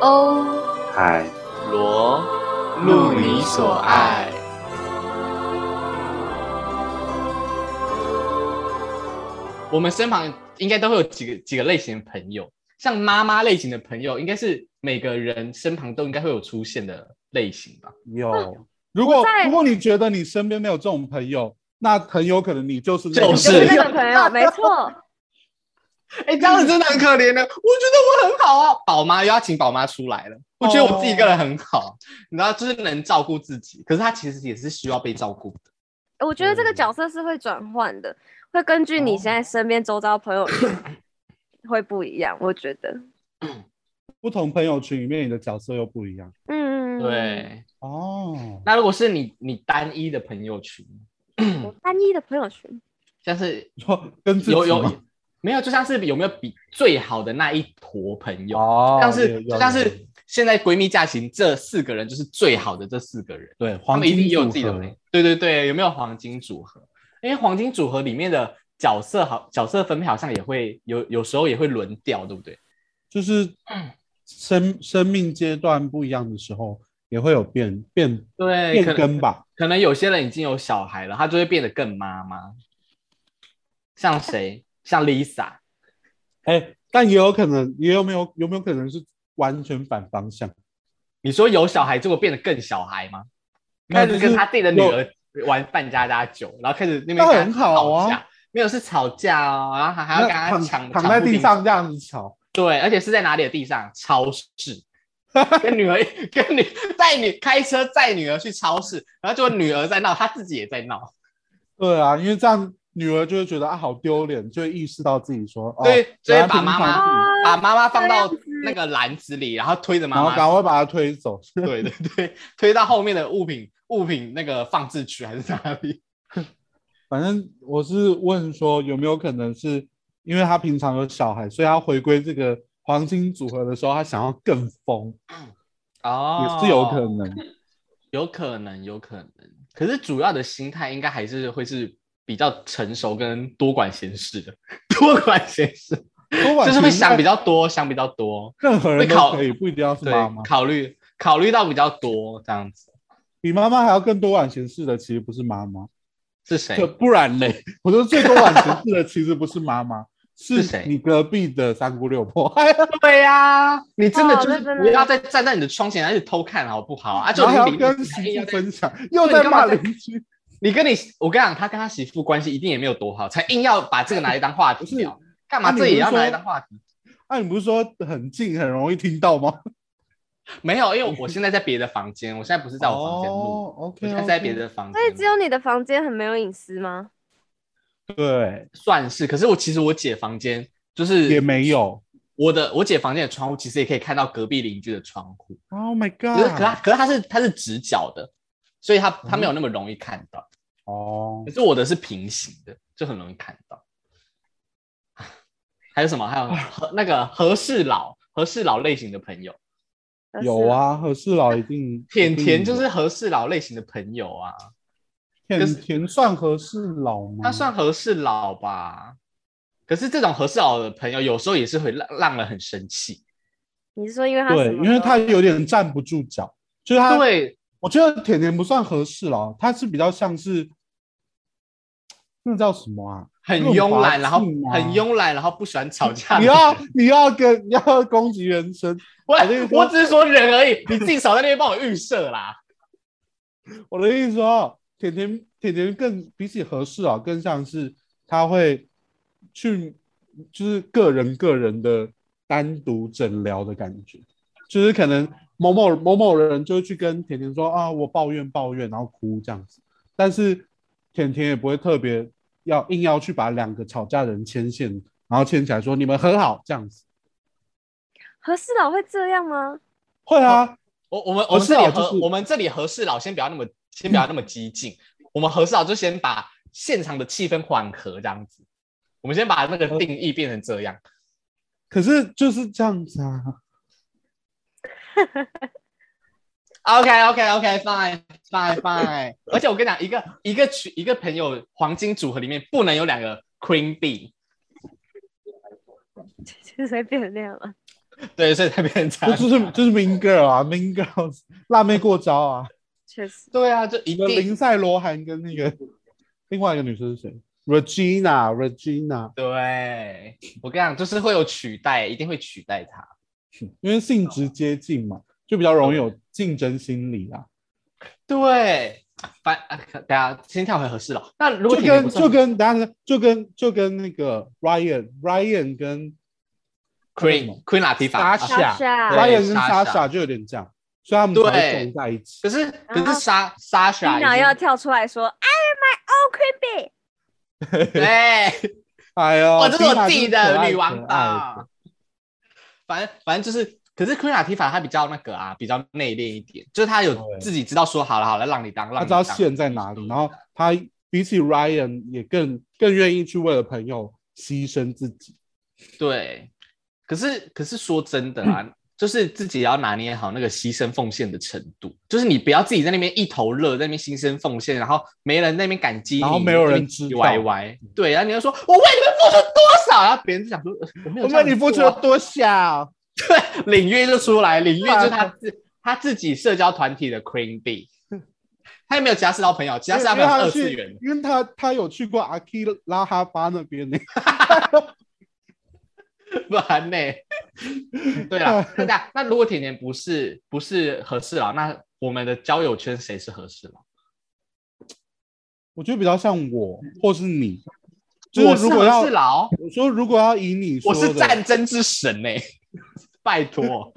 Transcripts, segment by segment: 欧海罗，路你所爱。我们身旁应该都会有几个几个类型的朋友，像妈妈类型的朋友，应该是每个人身旁都应该会有出现的类型吧？有，如果我在如果你觉得你身边没有这种朋友，那很有可能你就是那个就就是是那种朋友，没错，哎、这样子真的很可怜的。我觉得我很好啊，宝妈又要请宝妈出来了。我觉得我自己一个人很好，啊你知道，就是能照顾自己，可是她其实也是需要被照顾的。我觉得这个角色是会转换的，会根据你现在身边周遭朋友会不一样。我觉得，不同朋友群里面你的角色又不一样嗯，，对，哦。那如果是你你单一的朋友群，我单一的朋友群，像是你说跟自己有吗有没有，就像是有没有比最好的那一坨朋友，哦，像是有有就像有是现在闺蜜假期这四个人就是最好的这四个人。对，他黄们一金定也有组自己的合美。对对对，有没有黄金组合？因为黄金组合里面的角色好角色分配好像也会有有时候也会轮调，对不对？就是嗯生生命阶段不一样的时候，也会有变变对，哎可变能更吧。可能有些人已经有小孩了，他就会变得更妈妈。像谁？像 Lisa，哎，但也有可能，也有没有有没有可能是完全反方向？你说有小孩，结果变得更小孩吗？没有开始跟他自己的女就是儿玩扮家家酒，然后开始那边那跟他很好啊吵架，没有是吵架哦，然后还还要那跟他躺抢躺抢在布地丁上这样子吵，对，而且是在哪里的地上？超市。跟女儿，跟女带女开车载女儿去超市，然后就女儿在闹，她自己也在闹。对啊，因为这样女儿就会觉得啊好丢脸，就会意识到自己说，哦对所以原来把平妈妈常啊自己把妈妈放到哦这样子那个篮子里，然后推着妈然后妈赶快把她推走。对对对，推到后面的物品物品那个放置区还是哪里？反正我是问说有没有可能是因为她平常有小孩，所以她回归这个黄金组合的时候，她想要更疯，哦也是有可，能。有可能，有可能。可是主要的心态应该还是会是比较成熟跟多管闲事的， 多管闲事多管就是会想比较较多，想比较多。任何人会都考可以，不一定要是对妈妈，。考虑考虑到比较多这样子。比妈妈还要更多管闲事的，其实不是妈妈，是谁？可不然嘞。我说最多管闲事的其实不是妈妈， 是是谁你隔壁的三姑六婆。 对呀、你真的哦就那是真的不要再站在你的窗前，而且偷看好不好啊？就然后还你要跟媳你妇分享，又在骂邻居。 你跟你，我跟你讲，他跟他媳妇关系一定也没有多好，才硬要把这个拿来当话题聊，干嘛啊那你这也不是要拿来说当话题？啊，你不是说很近，很容易听到吗？没有，因为我现在在别的房间，我现在不是在我房间录，哦，OK，我现在在别。的房间所以录，只有你的房间很没有隐私吗？对，算是。可是我其实我姐房间就是也没有。我的，我姐房间的窗户其实也可以看到隔壁邻居的窗户。 Oh my 可是可它 god！可是它是它是直角的，所以它它嗯没有那么容易看到。哦可，是我的是平行的，就很容易看到。 还有什么？还有和那个和事佬和事佬类型的朋友，而是有，啊，和事佬一 定。甜甜一定就是和事佬类型的朋友啊，甜就是甜算和事佬吗？他算和事佬吧。可是这种和事佬的朋友，有时候也是会让让人很生气。你是说因为他对，什么因为都他有点站不住脚，就是他对，我觉得甜甜不算合适了，她是比较像是那叫什么啊？很润慵滑懒，然后剂吗很慅懒，然后不喜欢吵架。你要 你要跟你要攻击人生，我我跟你说我只是说人而已，你自己少在那边帮我预设啦。我的意思说，哦甜甜甜甜更比起合适啊，更像是她会去就是个人个人的单独诊疗的感觉，就是可能某某某某人就会去跟甜甜说啊，我抱怨抱怨，然后哭这样子，但是甜甜也不会特别要硬要去把两个吵架的人牵线，然后牵起来说你们和好这样子，和事佬啊会这样吗？ 会啊，我我们我们和事这里佬和、就是我们这里和事佬先不要那么先不要那么激进，我们和事佬就先把现场的气氛缓和这样子，我们先把那呃个定义变成这样。可是就是这样子啊， OK OK OK fine fine fine，而且我跟你讲，一个一个群一个朋友黄金组合里面不能有两个 queen bee，就是会变成那样吗？啊对，所以才变成渣就男。就是就是 Mean Girl 啊，Mean Girls 辣妹过招啊。确实，对啊，就一你们定林赛罗韩跟那个 另外一个女生是谁？Regina Regina，对。我跟你讲，就是会有取代，一定会取代他。因为性质接近嘛，就比较容易哦有竞争心理啊。对，反啊，可等下心跳很合适了。那如就果甜甜跟不就算跟当然就跟就跟那个 Ryan Ryan 跟 Queen Queen Latifah， Sasha 啊下对 Ryan 跟 Sasha Sasha 就有点这样，所以他们才会对撞在一起。可是可然后是莎莎莎冰鸟啊要跳出来说 “I am my own queen bee”，对， 哎呦，我这是我自己真可的爱女王可爱吧。反正反正就是，可是 Queen Latifah 她比较那个啊，比较内敛一点，就是她有对自己知道说好了好了，让你当，让他你知道当。线在哪嗯里，然后他比起 Ryan 也更更愿意去为了朋友牺牲自己。对，可是可是说真的 啊，就是自己也要拿捏好那个牺牲奉献的程度，就是你不要自己在那边一头热，在那边牺牲奉献，然后没人在那边感激你，然后没有人在那边知道唧唧歪歪，对，然后你要说我为你们付出多少，然后别人就想说，呃我没有我这样为你付出做了啊多少？领月就出来，领月就是他哇自他自己社交团体的 Queen B，他也没有其他社交朋友，其他因为社交朋友是他二去次元，的，因为他他有去过阿基拉哈巴那边呢。 不然呢？对 啦，那那那如果甜甜不是不是合适佬，那我们的交友圈谁是合适佬？我觉得比较像我或是你，就我如果要合适佬，我说如果要以你说我的，是战争之神呢、 拜 托。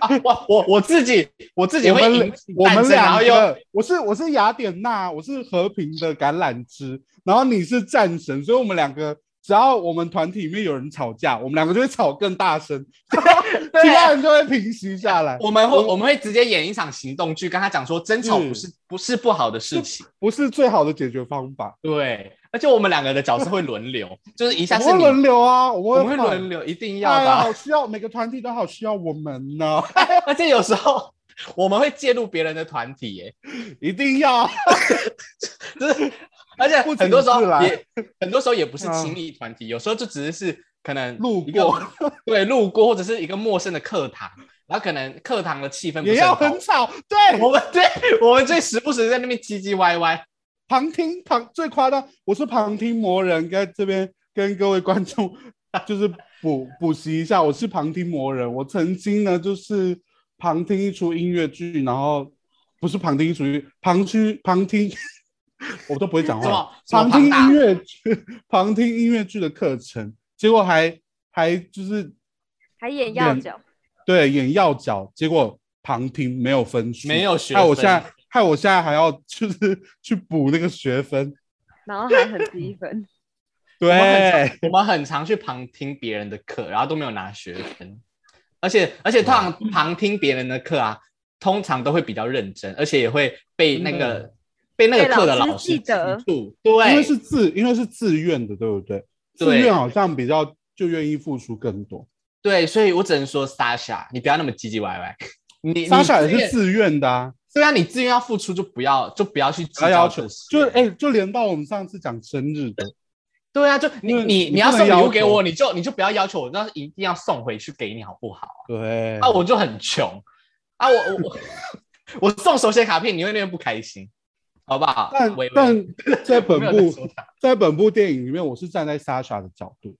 啊、我我我自己我自己我会们引起我战们争，然两后又个，我是我是雅典娜，我是和平的橄榄枝，然后你是战神，所以我们两个只要我们团体里面有人吵架，我们两个就会吵更 大声，其他人就会平息下来。我们会我们会直接演一场行动剧，跟他讲说争吵不是是不是不好的事情。不是最好的解决方法，对，而且我们两个的角色会轮流，就是一我下们是会你，轮流啊，我我们们会换轮流，一定要啊哎呀，吧。好需要每个团体都好需要我们呢、 而且有时候我们会介入别人的团体，耶，一定要。就是而且不请很多时候自来也很多时候也不是嗯亲密团体，有时候就只是是可能路一个过，对，路过或者是一个陌生的课堂，然后可能课堂的气氛不也是要很好很吵，对，我们对我们最时不时在那边唧唧歪歪，旁听旁最夸张，我是旁听魔人，在这边跟各位观众 就是补补习一下，我是旁听魔人，我曾经呢就是旁听一出音乐剧，然后不是旁听一出音乐，旁听旁听， 我都不会讲什话么，什么旁庞听大音乐剧， 旁听音乐剧的课程，结果还还就是还演要演角，对，演要角，结果旁听没有分数，没有学害我分现在害我现在还要就是 去补那个学分，然后还很低分。我们很对常，我们很常去旁听别人的课，然后都没有拿学分，而且而且通常旁听别人的课啊，通常都会比较认真，而且也会被那真个被那个课的被老师老师记得记住，因对为，是自因为是自愿的，对不对？自对愿好像比较就愿意付出更多。对，所以我只能说 Sasha，你不要那么唧唧歪 歪，你莎莎也你自是愿自愿的啊，虽然你自愿要付出，就不要就不要去计他较要求这些，就是哎、就连到我们上次讲生日的，对啊，就你因为你你你要不能送礼要物给求我，你就你就不要要求我，那一定要送回去给你好不好？对，啊，我就很穷啊，我我我 我送手写卡片，你会那边不开心，好不好？但微微但在 本没有在部说他在本部电影里面，我是站在 Sasha 的角度，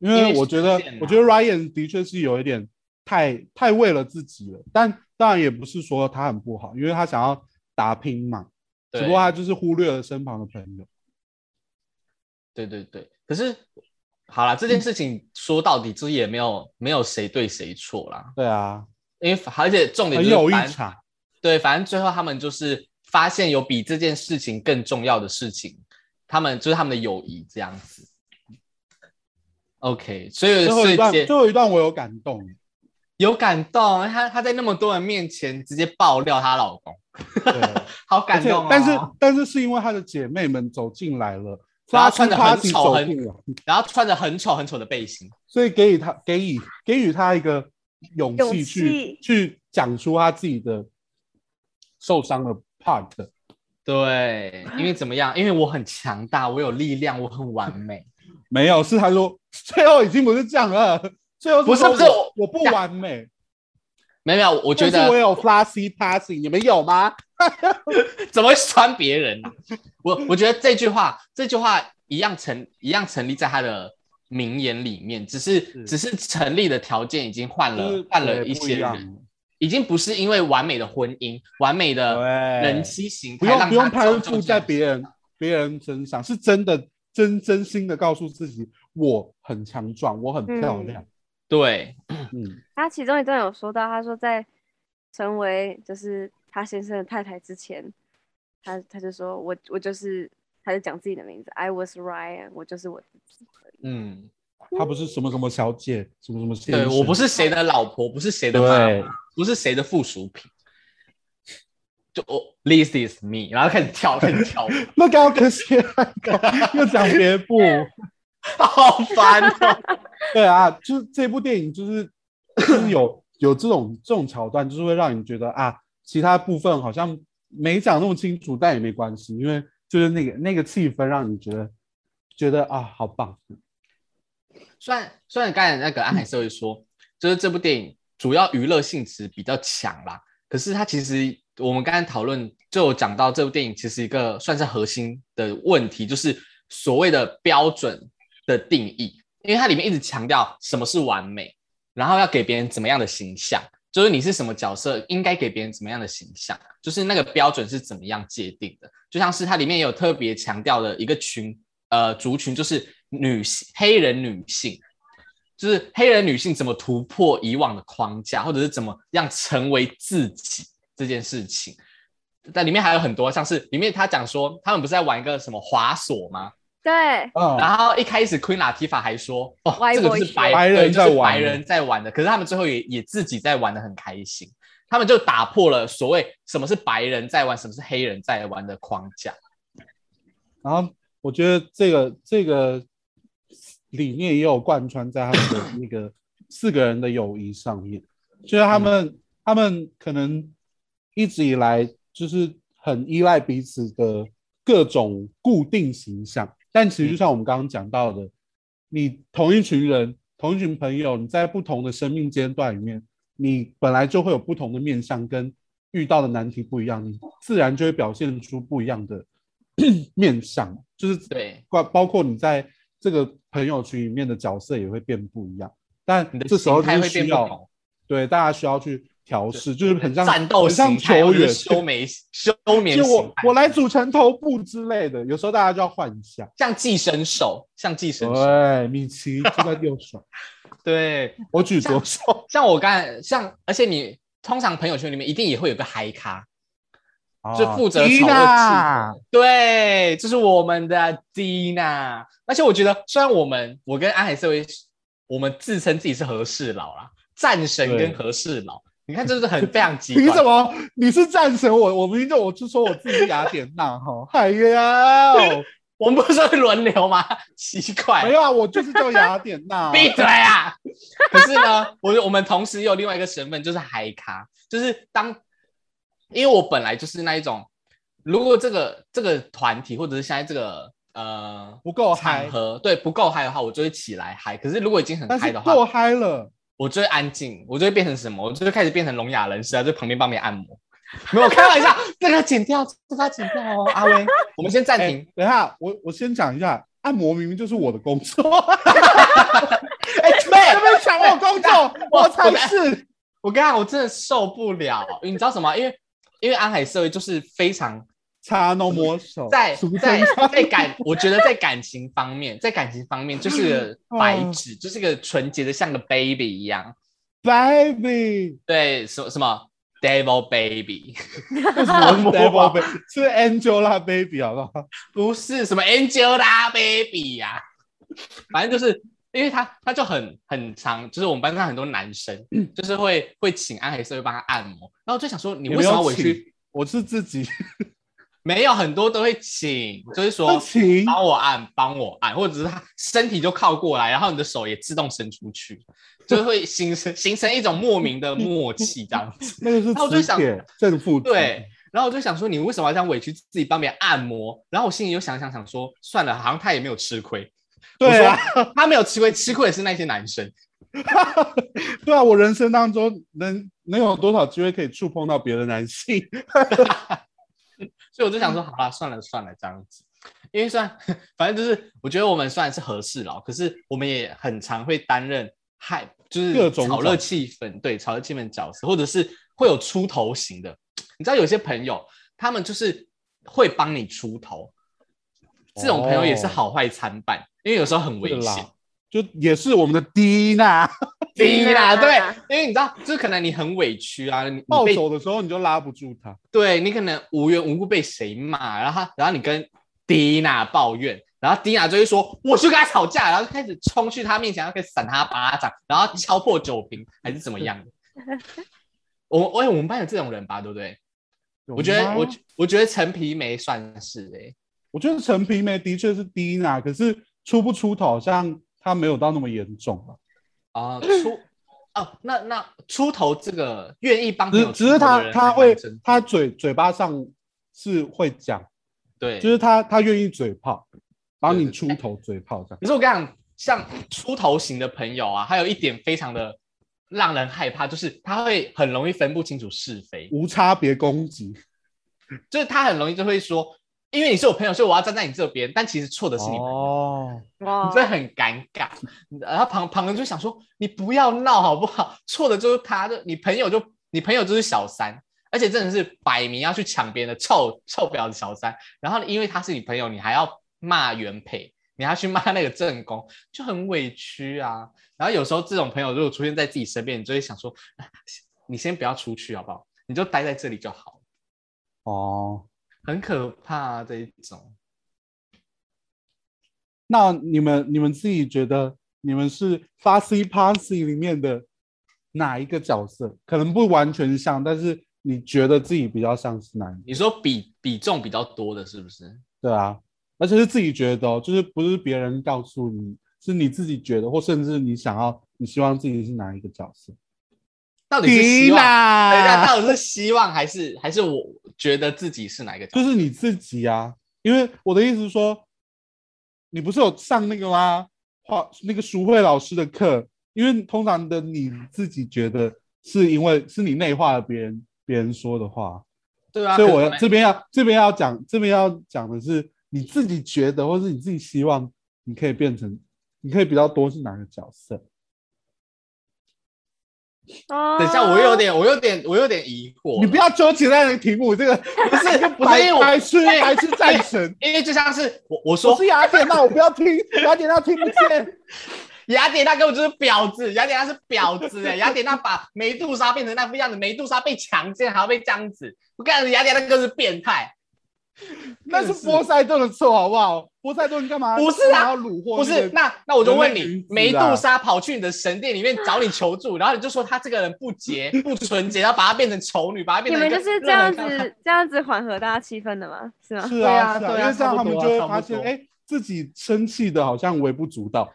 因因为为我觉得是见啊我觉得 Ryan 的确是有一点太太为了自己了，但当然也不是说他很不好，因为他想要打拼嘛，只对不过他就是忽略了身旁的朋友。对对对，可是好啦，这件事情说到底就是也没有没有谁对谁错啦，对啊，因为而且重点很就有是一反正场，对，反正最后他们就是发现有比这件事情更重要的事情，他们就是他们的友谊这样子。OK，所以最后所一以段姐最后一段我有感动，有感动，她她在那么多人面前直接爆料她老公，对，好而 感且动、哦。但是但是是因为她的姐妹们走进来了，然后她穿得很 party 丑走很进来，然后穿着很丑很丑的背心，所以给予他给予给予他一个勇勇气去气去讲出他自己的受伤的 part。对，因为怎么样？因为我很强大，我有力量，我很完美。 没有，是他说最后已经不是这样了，最后不是说不是我我我不完美，没有没有，我觉但是我得有 flashy passing，你们有吗？怎么会酸别人呢、我我觉得这句话这句话一样成一样成立在他的名言里面，只是是只是成立的条件已经换就是了换呃对了一不些样人，已经不是因为完美的婚姻、完美的呃人对，妻形不态，用不用让他攀造就附这在样别人别人身上，是真的真真心的告诉自己我很强壮，我很漂亮，对嗯，他其中一段有说到，他说在成为就是他先生的太太之前，他他就说我我就是，他就讲自己的名字，I was Ryan，我就是我自己。嗯，她不是什么什么小姐，什么什么先对生，我不是谁的老婆，不是谁的妈妈对，不是谁的附属品，就我 this is me，然后开始跳，开始 跳舞，那刚刚跟谢汉刚又讲别部，好烦哦。对啊，就是这部电影就是就是有有这种这种桥段，就是会让你觉得啊，其他部分好像没讲那么清楚，但也没关系，因为就是那个那个气氛让你觉得觉得啊，好棒，虽然虽然刚才那个安海社会说，就是这部电影主要娱乐性质比较强啦，可是它其实我们刚才讨论就有讲到，这部电影其实一个算是核心的问题，就是所谓的标准的定义，因为它里面一直强调什么是完美，然后要给别人怎么样的形象，就是你是什么角色，应该给别人怎么样的形象，就是那个标准是怎么样界定的。就像是它里面有特别强调的一个群，呃，族群就是女性，黑人女性，就是黑人女性怎么突破以往的框架，或者是怎么样成为自己这件事情。但里面还有很多，像是里面他讲说，他们不是在玩一个什么滑索吗？对，啊，然后一开始 Queen Latifah 还说，哦， White 这个是 boy 白 shit 白人对就是在玩白人在玩的，可是他们最后也也自己在玩的很开心，他们就打破了所谓什么是白人在玩，什么是黑人在玩的框架。然后我觉得这个这个理念也有贯穿在他们的那个四个人的友谊上面，就是他们、嗯他们可能一直以来就是很依赖彼此的各种固定形象，但其嗯实就像我们刚刚讲到的，你同一群人、同一群朋友，你在不同的生命阶段里面，你本来就会有不同的面向，跟遇到的难题不一样，你自然就会表现出不一样的 面向，就是对，包包括你在这个朋友群里面的角色也会变不一样。但你的这时候形就态是会变不需要同对大家需要去调试，就是很像战斗很像型态，球或者员是休眠休眠 就我型态，我来组成头部之类的，有时候大家就要换一下。像寄生兽，像寄生兽。对，米奇就在右手，对，我举左手。像我刚才像，而且你通常朋友圈里面一定也会有个嗨咖，就负啊责炒热气氛 Tina，对，这是我们的 Dina。而且我觉得，虽然我们我跟安海社会，我们自称自己是和事佬啦，战神对跟和事佬，你看这是很非常极端。凭什么 你是战神？我我明明就我就说我自己是雅典娜哈，哎 呀，我们不是会轮流吗？ 奇怪。没，有啊，我就是叫雅典 娜 闭嘴啊！可是呢，我我们同时也有另外一个身份，就是嗨咖，就是当，因为我本来就是那一种，如果这个这个团体或者是现在这个呃不够嗨场，合对不够嗨的话，我就会起来嗨。可是如果已经很但嗨是的话，够嗨了，我就会安静，我就会变成什么？我就会开始变成聋哑人士啊，在旁边帮别人按摩。没有，开玩笑， 这个要剪掉，这个要剪掉哦，阿威，我们先暂哎停。等一下，我我先讲一下，按摩明明就是我的工作， 哎、他对，们抢我工作，我我才是。我跟你讲，我真的受不了，你知道什么？因为因为安海社会就是非常茶浓魔手，在哦俗称在在感，我觉得在感情方面，在感情方面就是嗯个白哦纸，就是个纯洁的，像个 baby 一样。 baby，对，什么什么 devil baby，为什么是 devil baby？是 Angela baby 好不好？不是什么 Angela Baby 呀、反正就是因为他他就很很长，就是我们班上很多男生，嗯就是会会请安海社会帮他按摩，然后我就想说你为什么要我委屈？？我是自己没有很多都会请，就是不说请，帮我按，帮我按，或者是他身体就靠过来，然后你的手也自动伸出去，就会形成 形成一种莫名的默契这样子。那个是那我就磁想铁正负极对，然后我就想说，你为什么要这样委屈自己帮别人按摩？然后我心里又想想想说，算了，好像他也没有吃亏， 对啊，他没有吃亏，吃亏的是那些男生。对啊，我人生当中能能有多少机会可以触碰到别的男性？所以我就想嗯说，好啦，算了算了，这样子，因为算 反正就是，我觉得我们虽然是合适佬，可是我们也很常会担任害，就是各种炒热角气氛，对，炒热气氛角色，或者是会有出头型的。你知道有些朋友，他们就是会帮你出头，这种朋友也是哦好坏参半，因为有时候很是危险啦。，就也是我们的第一呐。低啦啦，对，因为你知道，就是可能你很委屈啊，你你暴被走的时候你就拉不住他，对你可能无缘无故被谁骂，然后他，然后你跟迪娜抱怨，然后迪娜就会说我去跟他吵架，然后就开始冲去他面前，然后开始扇他巴掌，然后敲破酒瓶还是怎么样的。我我我们班有这种人吧，对不对？我觉有得吗我我觉得陈皮梅算是哎、我觉得陈皮梅的确是第一呐，可是出不出头好像他没有到那么严重啊啊、出哦，那那出头这个愿意帮朋只友只是出头的他人他还会蛮珍贵他嘴嘴巴上是会讲，对，就是他他愿意嘴炮，然后对你对出对头嘴炮这样。可是我跟你讲，像出头型的朋友啊，还有一点非常的让人害怕，就是他会很容易分不清楚是非，无差别攻击，就是他很容易就会说，因为你是我朋友，所以我要站在你这边，但其实错的是你朋友。哦，哇你真的很尴尬，然后旁旁人就想说：“你不要闹好不好？ 错的就是他，就你朋友就你朋友就是小三，而且真的是摆明要去抢别人的臭臭婊子小三。然后因为他是你朋友，你还要骂原配，你还要去骂那个正宫，就很委屈啊。然后有时候这种朋友如果出现在自己身边，你就会想说： 啊你先不要出去好不好？你就待在这里就好。哦，很可怕、啊、这一种。那你们你们自己觉得你们是《Fussy Pussy》里面的哪一个角色？可能不完全像，但是你觉得自己比较像是哪一个？你说比比重比较多的是不是？对啊，而且是自己觉得哦，就是不是别人告诉你，是你自己觉得，或甚至你想要，你希望自己是哪一个角色？到底是希迪望？等一下，娜，哎到底是希望还是还是我觉得自己是哪一个角色？就是你自己啊，因为我的意思是说，你不是有上那个吗？画那个淑慧老师的课，因为通常的你自己觉得是因为是你内化了别人别人说的话，对 啊，所以我可要能这边要这边要讲这边要讲的是你自己觉得，或是你自己希望你可以变成，你可以比较多是哪个角色？哦等一下，我有点，我有点，我有点疑惑。你不，要纠结在那个题目，这个不是不是因白为我白痴因为白痴战神，因为就像是我我 我说是雅典娜，我不要听雅典娜听不 见。雅典娜根本就是婊子，雅典娜是婊子哎、雅典娜把梅杜莎变成那副样子，梅杜莎被强奸还要被这样子，我告诉你，雅典娜更是变态。那是波塞顿的错，好不好？波塞顿干嘛？不是啊干嘛要虏获不那是个，那那我就问人类女你子，啊梅杜莎跑去你的神殿里面找你求助，然后你就说她这个人不洁不纯洁，然后把她变成丑女，把她变你成们一个就是这任何样看不子这样子缓和大家气氛的吗？是吗？是对啊啊，是对啊因为这样差他不们多就啊会差不发现，多哎，自己生气的好像微不足道。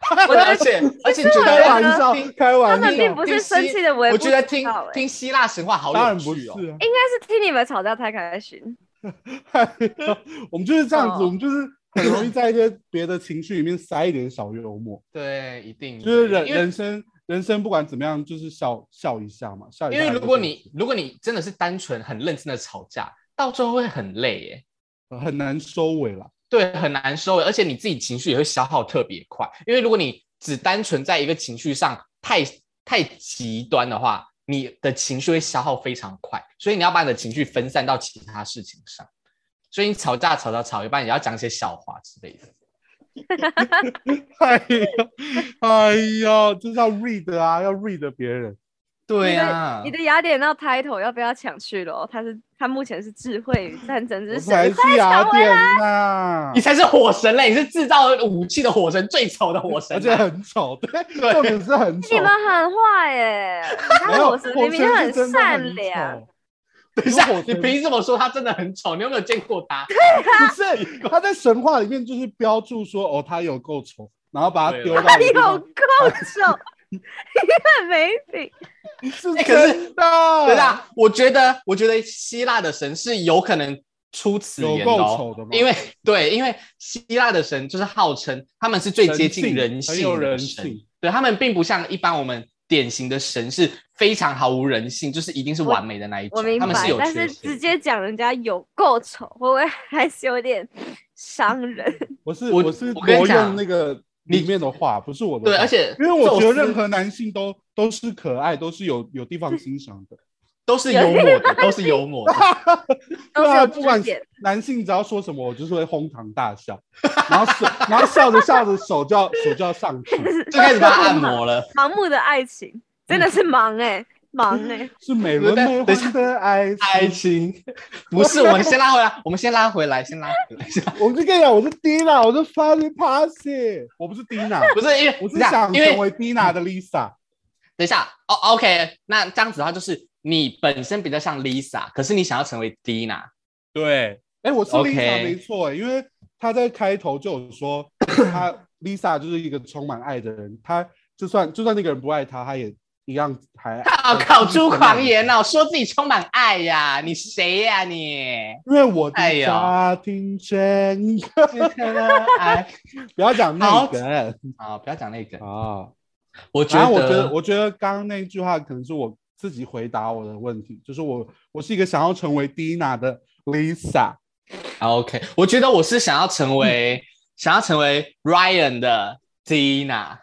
而且而且觉 开得啊玩笑，开他玩们并笑，不是生气的微我不觉足道、得欸，听听应希腊神话好当有然不趣是哦。啊。该是听你们吵架太开心。 我们就是这样子，哦我们就是很容易在一些别的情绪里面塞一点小幽默，对，一嗯定就是的人因为人生人生不管怎么样，就是笑笑一下嘛，笑一因下。为如果你如果你真的是单纯很认真的吵架，到最后会很累耶，很难收尾了，对，很难收尾，而且你自己情绪也会消耗特别快。因为如果你只单纯在一个情绪上太太极端的话，你的情绪会消耗非常快，所以你要把你的情绪分散到其他事情上。所以你吵架吵吵吵一半，也要讲一些笑话之类的。 哎呀，哎呀，就是要 read 啊，要 read 别人。对你的呀、啊你的雅典娜 title 要被他抢去了哦，他是他目前是智慧与战争我之才神，是啊雅典啊娜你，才是火神嘞！你是制造武器的火神，最丑的火神、啊 而且很丑，对，重点是很丑你。们很坏耶、没他有火神明明就是真的善很良丑，等一下火，你神啊凭什么说他真的很丑？你有没有见过他？不是，他在神话里面就是标注说，哦，他有够丑，然后把他 丢到他一有个够丑， 你很没品。是哎可是真的，对啦，我觉得，我觉得希腊的神是有可能出此言有的够哦、丑的吗？因为对，因为希腊的神就是号称他们是最接近人人性很有性的人神性，对他们并不像一般我们典型的神是非常毫无人性，就是一定是我完美的那一我种，明他白们是，有但缺是陷直的。接讲人家有够丑， 会不会还是有点伤人？我是我是我跟你挪讲用那个里面的话，不是我的对，话。而且因为我觉宙得斯任何男性都都是可爱，都是有有地方欣赏的。都是幽默的，都是幽默的。都是啊，有不管缺点，男性只要说什么，我就是会哄堂大笑，然后手，然后笑着笑着手就要手就要上去， 就开始帮他按摩 嗯了。 盲目的爱情真的是盲哎、忙哎、是美轮美等一下哎奂的爱爱情。情不是，我们先拉回来，我们先拉回来，先拉回来。先拉我就跟你讲，我是 Dina，我是 Fanny Pansy，我不是 Dina， 不是因为我等一是下想因为成为 Dina 的 Lisa。等一下哦，OK，那这样子的话就是你本身比较像 Lisa，可是你想要成为 Dina，对，哎，我是 OK Lisa 没错，因为她在开头就有说，她 Lisa 就是一个充满爱的人，她就算就算那个人不爱她，她也一样还靠靠出狂言哦，说自己充满爱呀、你谁呀、你？因为我哎的呦家庭真爱不要讲那好个啊哎好，不要讲那个，啊。我觉然得，后我觉得，我觉得刚刚那句话可能是我自己回答我的问题，就是我我是一个想要成为 Dina 的 Lisa，啊 OK，我觉得我是想要成 为、想要成为 Ryan 的 Dina，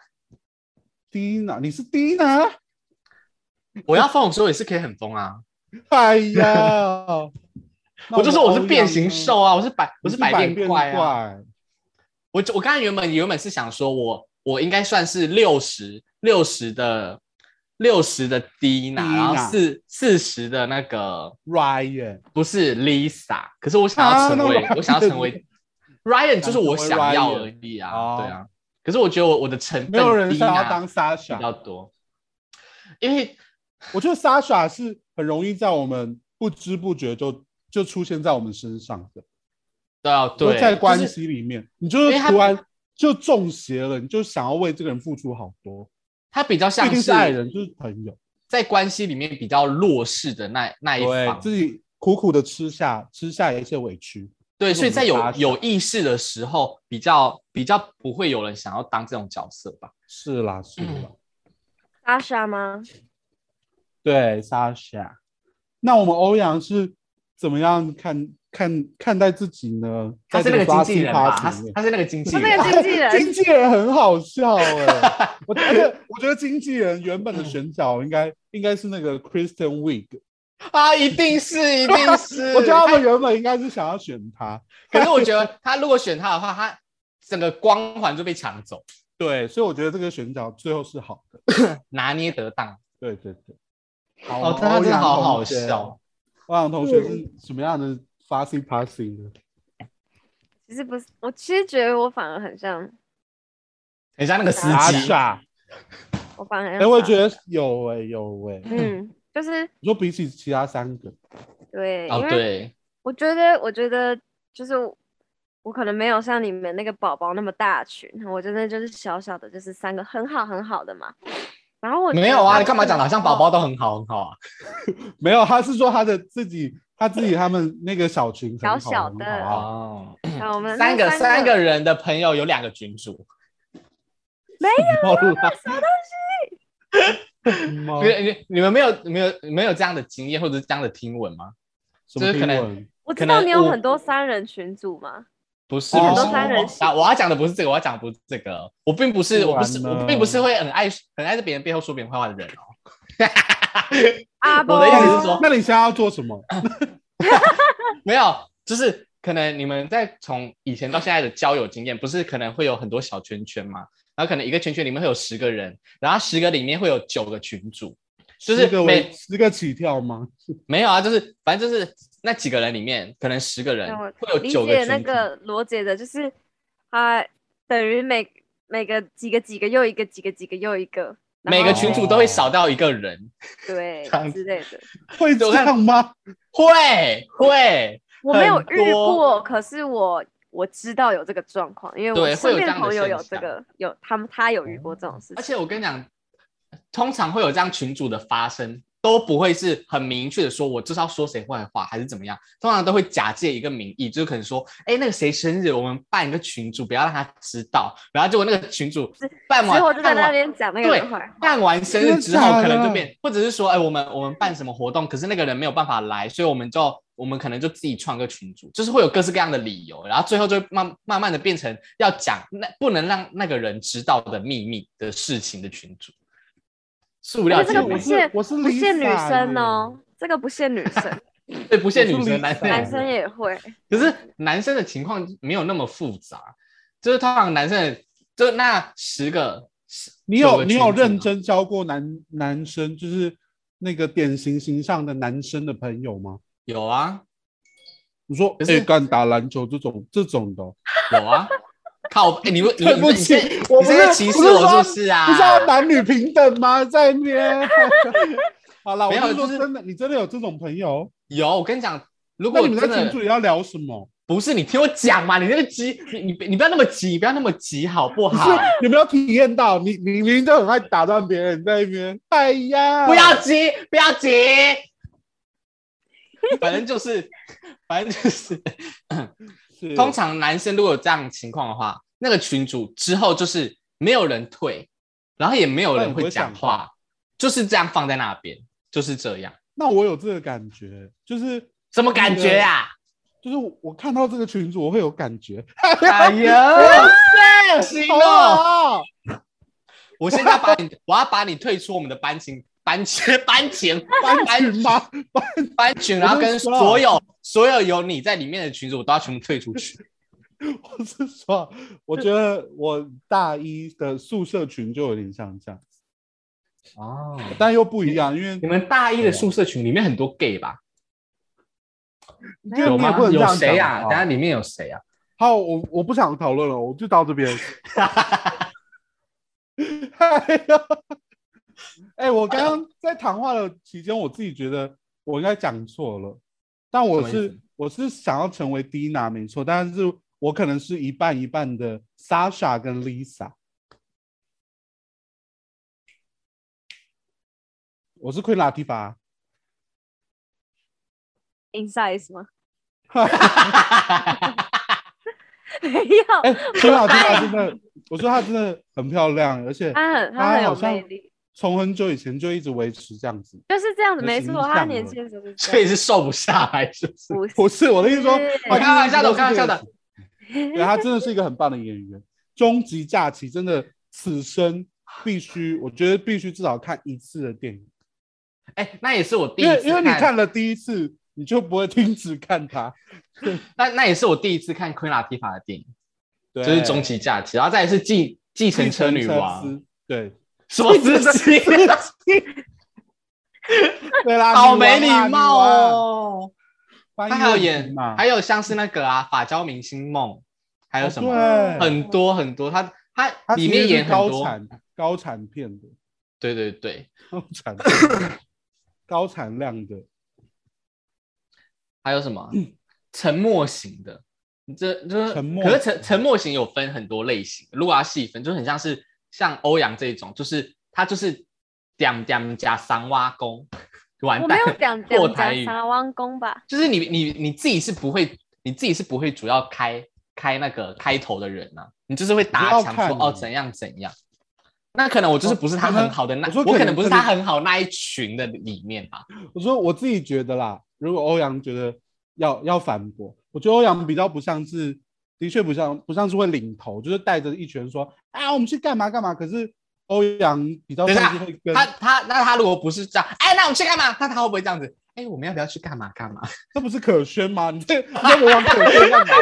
Dina，你是 Dina？我要疯的时候也是可以很疯啊。，哎呀 我就说我是变形兽啊，啊，我是百我你是百变怪啊。怪我我刚才原本原本是想说我我应该算是六十六十的六十的 Dina， Dina 然后四四十的那个 Ryan，不是 Lisa，可是我想要啊成为、那 Ryan 我想要成 为 Ryan，就是我想想要成为 Ryan 而已啊，哦对啊。可是我觉得我我的成分没有人想要 Dina 当比较 Sasha，多，因为我觉得 Sasha 是很容易在我们不知不觉就就出现在我们身上的。对啊就对，在关就是系里面，你就是因为他突然就中邪了，你就想要为这个人付出好多，他比较不一像定是爱人，就是朋友，在关系里面比较弱势的那那一方，啊自己苦苦的吃下吃下一些委屈，对，这是所以我们在有的发想有意识的时候，比较比较不会有人想要当这种角色吧？是啦是啦，嗯莎莎吗？对，Sasha。那我们欧阳是怎么样看看看待自己呢？他是在那这个经纪人吧？他是 Sassy Party 里面他是那个经纪他那个，经人纪人 经纪人很好笑哎、我觉得我觉得经纪人原嗯本的选角应该应该是那个 Kristen Wiig，啊，一定是一定是。 我觉得他们原本应该是想要选他，可是我觉得他如果选他的话，他整个光环就被抢走，对，所以我觉得这个选角最后是好的。拿捏得当。对对对，哦，但他真的好好笑。。嗯欧阳同学是什么样的发 a passing 呢？其实不是，我其实觉得我反而很像，很像那个司傻机，傻，我反而哎，我也觉得，得有哎有哎。嗯，就是你说比起其他三个，对，哦因，为对，我觉得，我觉得就是我可能没有像你们那个宝宝那么大群，我真的就是小小的，就是三个很好很好的嘛。然后我没有啊，你干嘛讲的的好像宝宝？都很好很好啊？没有，他是说他的自己，他自己他们那个小群很好小小的很好啊哦，啊我们那三个三三个人的朋友有两个君主，没有啦，什么 你你你们没有没有没有这样的经验或者是这样的听闻吗？什么就是可能英文？我可知道能你有我很多三人群组嘛，不是，哦不是很多三人我啊！我要讲的不是这个，我要讲的不是这个。哦我并不是，不我然不是，呢我并不是会很爱很爱在别人背后说别人坏话的人哦。阿我的意思是说波那你现在要做什么？没有，就是可能你们在从以前到现在的交友经验，不是可能会有很多小圈圈嘛？然后可能一个圈圈里面会有十个人，然后十个里面会有九个群主，就是十个每为十个起跳吗？ 没有啊，就是反正就是那几个人里面，可能十个人那我会有理九个解群那组。个罗姐的，就是啊、等于每每个几个几个又一个几个几个又一个，然每后个群主都会少掉一个人，对这样之类的。会这样吗？会会，我没有很遇多过，可是我我知道有这个状况，因为对会我身有这边样的朋友现有这象哦个，有他们他有遇过这种事而情。且我跟你讲，通常会有这样群主的发生，都不会是很明确的说，我就是要说谁坏话还是怎么样，通常都会假借一个名义，就是可能说，哎，那个谁生日，我们办一个群主，不要让他知道。然后结果那个群主办完，之后就在办完那边讲那个啊对人坏，办完生日之真后，的假的可能就变，或者是说，哎、我们我们办什么活动，可是那个人没有办法来，所以我们就我们可能就自己创个群组，就是会有各式各样的理由，然后最后就慢慢慢的变成要讲那不能让那个人知道的秘密的事情的群组。塑料而且姐这个妹不，是限我是不限女 Lisa 生耶哦，这个不限女生， 对，不限我女是生， Lisa 男生男也生也会。可是男生的情况没有那么复杂，就是通常男生的就那十个，十你九有个你群有组认吗真交过男男生，就是那个典型形象的男生的朋友吗？有啊你说可是哎，干、打篮球这种这种的哦、有啊，靠哎、你们你对们不起你现在我你不现是在歧视不是我说是不是啊？不是要男女平等吗？在那 边。 好了，我没有是说就是真的，你真的有这种朋友？有，我跟你讲，如那果你们在真群组的里要聊什么？不是你听我讲嘛，你那个急，你你你不要那么急，不要那么急，好不不是啊好？有没有体验到？你你明明就很爱打断别人，在那边。哎呀，不要急，不要急，反正就是，反正就是。是通常男生如果有这样的情况的话，那个群主之后就是没有人退，然后也没有那人你不会会讲讲话，就是这样放在那边，就是这样，那我有这个感觉，就是什么感觉啊？就是我我看到这个群组，我会有感觉。啊哎呀，对行好哦啊我现在把你， 我要把你退出我们的班群，班群，班群，班群吗？班群，然后跟我就说啊所有所有有你在里面的群主，我都要全部退出去。 我是说，我觉得我大一的宿舍群就有点像这样，哦，但又不一样，因为你们大一的宿舍群里面很多 gay 吧？因为有你也吗不？能这有样谁讲哦啊？好等下里面有谁啊？好，我我不想讨论了，我就到 这边。哎呀，哎，我刚刚在谈话的期间，我自己觉得我应该讲错了，但我什么意是思我是想要成为 Dina 没错，但是我可能是一半一半的 Sasha 跟 Lisa。我是 Queen Latifah， Insize 吗？ 哈，没有，哎，Queen Latifah 真的，我说她真的很漂亮，而且他很他他很有好像魅力，从很久以前就一直维持这样子。就是这样子，有没形错。象他了年轻的时候就是这 所以样，是瘦不下来，是不是？不是 不是我的意思说，是好我开玩笑的我开玩笑的。对他真的是一个很棒的演员，《终极假期》真的此生必须，我觉得必须至少看一次的电影，哎、那也是我第一因为次因为你看了第一次，你就不会停止看它。那那也是我第一次看昆拉提法的电影，对，就是《终极假期》，然后再来是继继计程承车女王，司。对什么司机？对啦， 好没礼貌哦。哦！啊翻译他还有问题演，嘛？还有像是那个啊，《法交明星梦》，还有什么、哦对很多嗯很多，他他它里其实面是演很高多，产高产片的，对对对，高 产片高产量的。还有什么沉默型的？你这就是嗯沉默可是沉沉默型有分很多类型，如果要细分，就很像是像欧阳这一种，就是他就是点点加三挖工， 完我没蛋有，讲破讲台讲语啥弯弓吧？就是你你你自己是不会，你自己是不会主要开开那个开头的人呐、啊你就是会打要墙看说哦你怎样怎样。那可能我就是不是他哦可能很好的那，我说我可可能能不是可能他很好那一群的里面吧。我说我自己觉得啦，如果欧阳觉得要要反驳，我觉得欧阳比较不像是，的确不像不像是会领头，就是带着一群人说啊，我们去干嘛干嘛。可是欧阳比较等一下像是会跟他他那他如果不是这样，哎，那我们去干嘛？那他会不会这样子？哎，我们要不要去干嘛干嘛？这不是可轩吗？你这你在模仿可轩干嘛？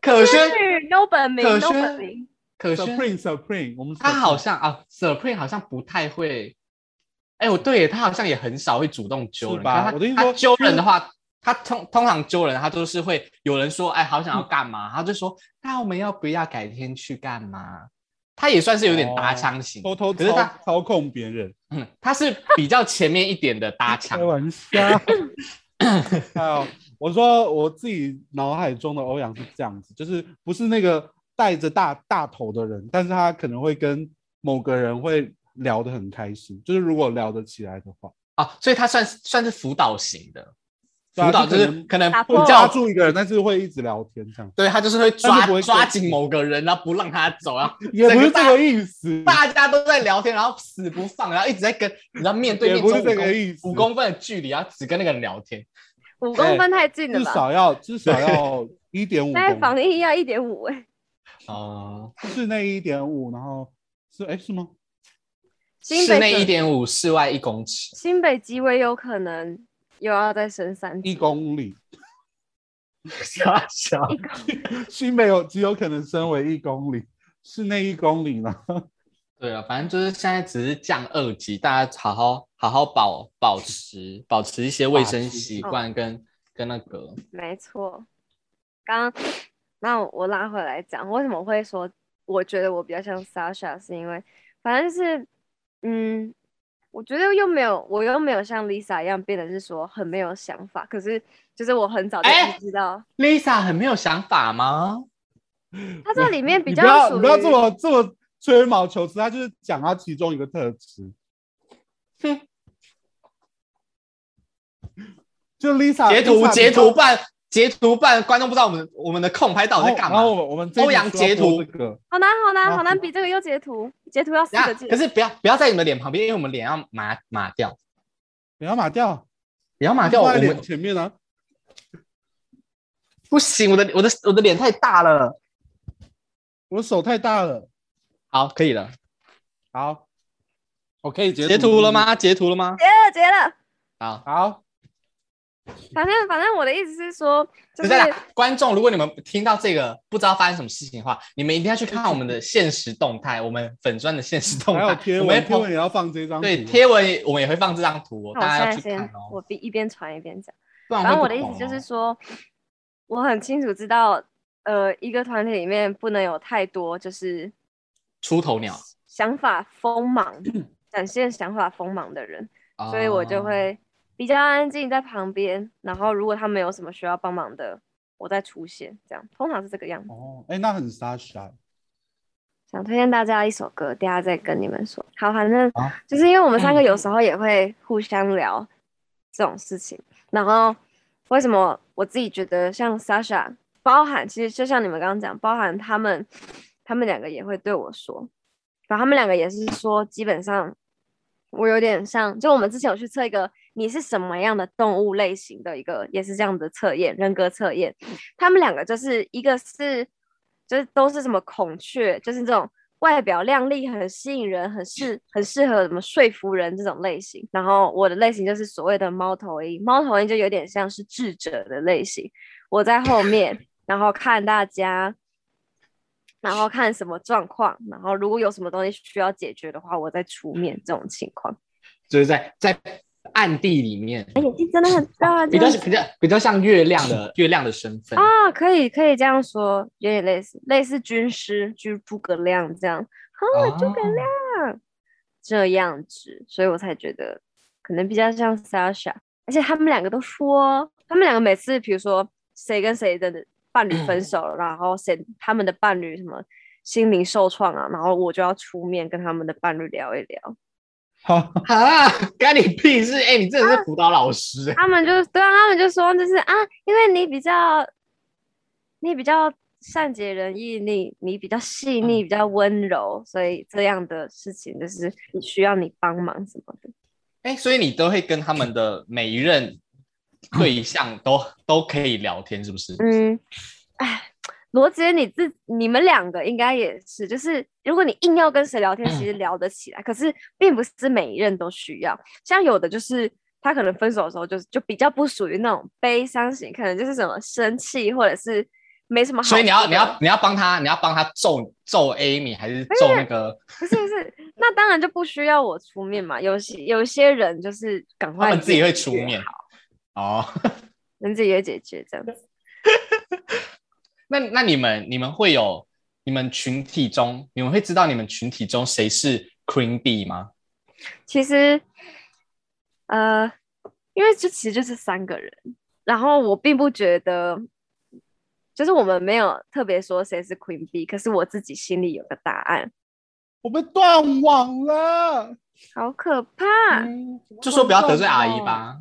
可轩，是有本名可，有轩本名。 可轩， Supreme Supreme，我们他好 Supreme 像啊，Supreme 好像不太会。哎，我对耶，他好像也很少会主动揪人。是吧他我的意思他说揪人是的话，他通通常揪人，他都是会有人说，哎，好想要干嗯嘛，他就说，那我们要不要改天去干嘛？他也算是有点搭腔型，哦偷偷可是操他，操控别人，嗯，他是比较前面一点的搭 腔开。玩笑。还有，哎我说我自己脑海中的欧阳是这样子，就是不是那个带着大大头的人，但是他可能会跟某个人会聊得很开心，就是如果聊得起来的话，啊，所以它算是算是辅导型的，对啊辅导就就可是能可能打比破较抓住一个人，但是会一直聊天这样，对他就是会但抓是不会抓客气紧某个人，然后不让他走，然后也不是这大个意 思，大家都在聊天，然后死不放，然后一直在跟，你知道面对也面不走是五这个公意思，五公分的距离，然后只跟那个人聊天。五哎公分太近了至吧？少要至少 要一点五现在公防分，疫要一点五哎，哦、室内一点五，然后是哎是吗？新室北内准一点五，室外一公尺。新北极微有可能又要再升三级一公里，傻笑。一公新北有极有可能升为一公里，室内一公里呢？对啊，反正就是现在只是降二级，大家好好好好保保持保持一些卫生习惯跟跟那个没错，刚刚那我拉回来讲，为什么会说我觉得我比较像 Sasha，是因为反正是嗯，我觉得又没有，我又没有像 Lisa 一样变得是说很没有想法，可是就是我很早就哎意识到， Lisa 很没有想法吗？他这里面比你较不要属你于不要这么这么吹毛求疵，他就是讲他其中一个特质。 哼就 Lisa 截图啊 Lisa 截比较图办截图办，观众不知道我们我们的空拍到底在然干后然后嘛。我们我们这一欧阳集是要截播图这个，好难好难啊好难比这个又截图，截图要四等一个下字，可是不要不要在你们脸旁边，因为我们脸要麻麻掉，不要码掉，脸要麻掉，我放在脸们前面啊。不行，我的我的我的脸太大了。我手太大了。好，可以了。好，我可以截截图了？吗？截图了吗？截了截了，好，好，反正反正我的意思是说，就等一是下啦，观众，如果你们听到这个不知道发生什么事情的话，你们一定要去看我们的现实动态，我们粉砖的现实动还有态，贴我们文，会贴 po- 文也要放这张图。对贴文，我们也会放这张图、哦，那大家我要现去在先看哦。我比一边传一边讲。不然反正会我不的意懂思就哦是说，我很清楚知道，呃，一个团体里面不能有太多就是出头鸟，想法锋芒， 展现想法锋芒的人，所以我就哦会比较安静在旁边，然后如果他们有什么需要帮忙的，我再出现，这样通常是这个样子。哦，哎，那很 Sasha。想推荐大家一首歌，等一下再跟你们说。好，反正好就是因为我们三个有时候也会互相聊这种事情，然后为什么我自己觉得像 Sasha，包含其实就像你们刚刚讲，包含他们，他们两个也会对我说，然后他们两个也是说，基本上我有点像，就我们之前有去测一个你是什么样的动物类型的一个，也是这样的测验，人格测验，他们两个就是一个是就是都是什么孔雀，就是这种外表靓丽、很吸引人、很适很适合什么说服人这种类型。然后我的类型就是所谓的猫头鹰，猫头鹰就有点像是智者的类型，我在后面， 然后看大家。然后看什么状况，然后如果有什么东西需要解决的话，我再出面这种情况。就是在在暗地里面，哎，眼睛真的很大，比这较样比较比较像月亮的月亮的身份。啊，可以可以这样说，有点类似类似军师，就是诸葛亮这样，啊，诸葛哦亮这样子，所以我才觉得可能比较像 Sasha，而且他们两个都说，他们两个每次比如说谁跟谁的伴侣分手了，然后谁他们的伴侣什么心灵受创啊，然后我就要出面跟他们的伴侣聊一聊，好，啊，干你屁事！哎、你真的是辅导老师、哎他们就对啊，他们就说就是啊，因为你比较，你比较善解人意，你你比较细腻，比较温柔，所以这样的事情就是你需要你帮忙什么的。哎、所以你都会跟他们的每一任对象都都可以聊天，是不是？嗯，哎，罗杰，你自你们两个应该也是，就是如果你硬要跟谁聊天，嗯其实聊得起来，可是并不是每一任都需要。像有的就是他可能分手的时候就，就比较不属于那种悲伤型，可能就是什么生气或者是没什么好处所的。以你要你要你要帮他，你要帮他揍揍 Amy 还是揍那个？不是不是，那当然就不需要我出面嘛。有些有些人就是赶他快们自己解会决出面。哦，他们自己会解决这样子。那那你们你们会有你们群体中，你们会知道你们群体中谁是 Queen B 吗？其实，呃，因为这其实就是三个人，然后我并不觉得，就是我们没有特别说谁是 Queen B，可是我自己心里有个答案。我被断网了。好可怕！嗯就说不要得罪阿哦姨。吧。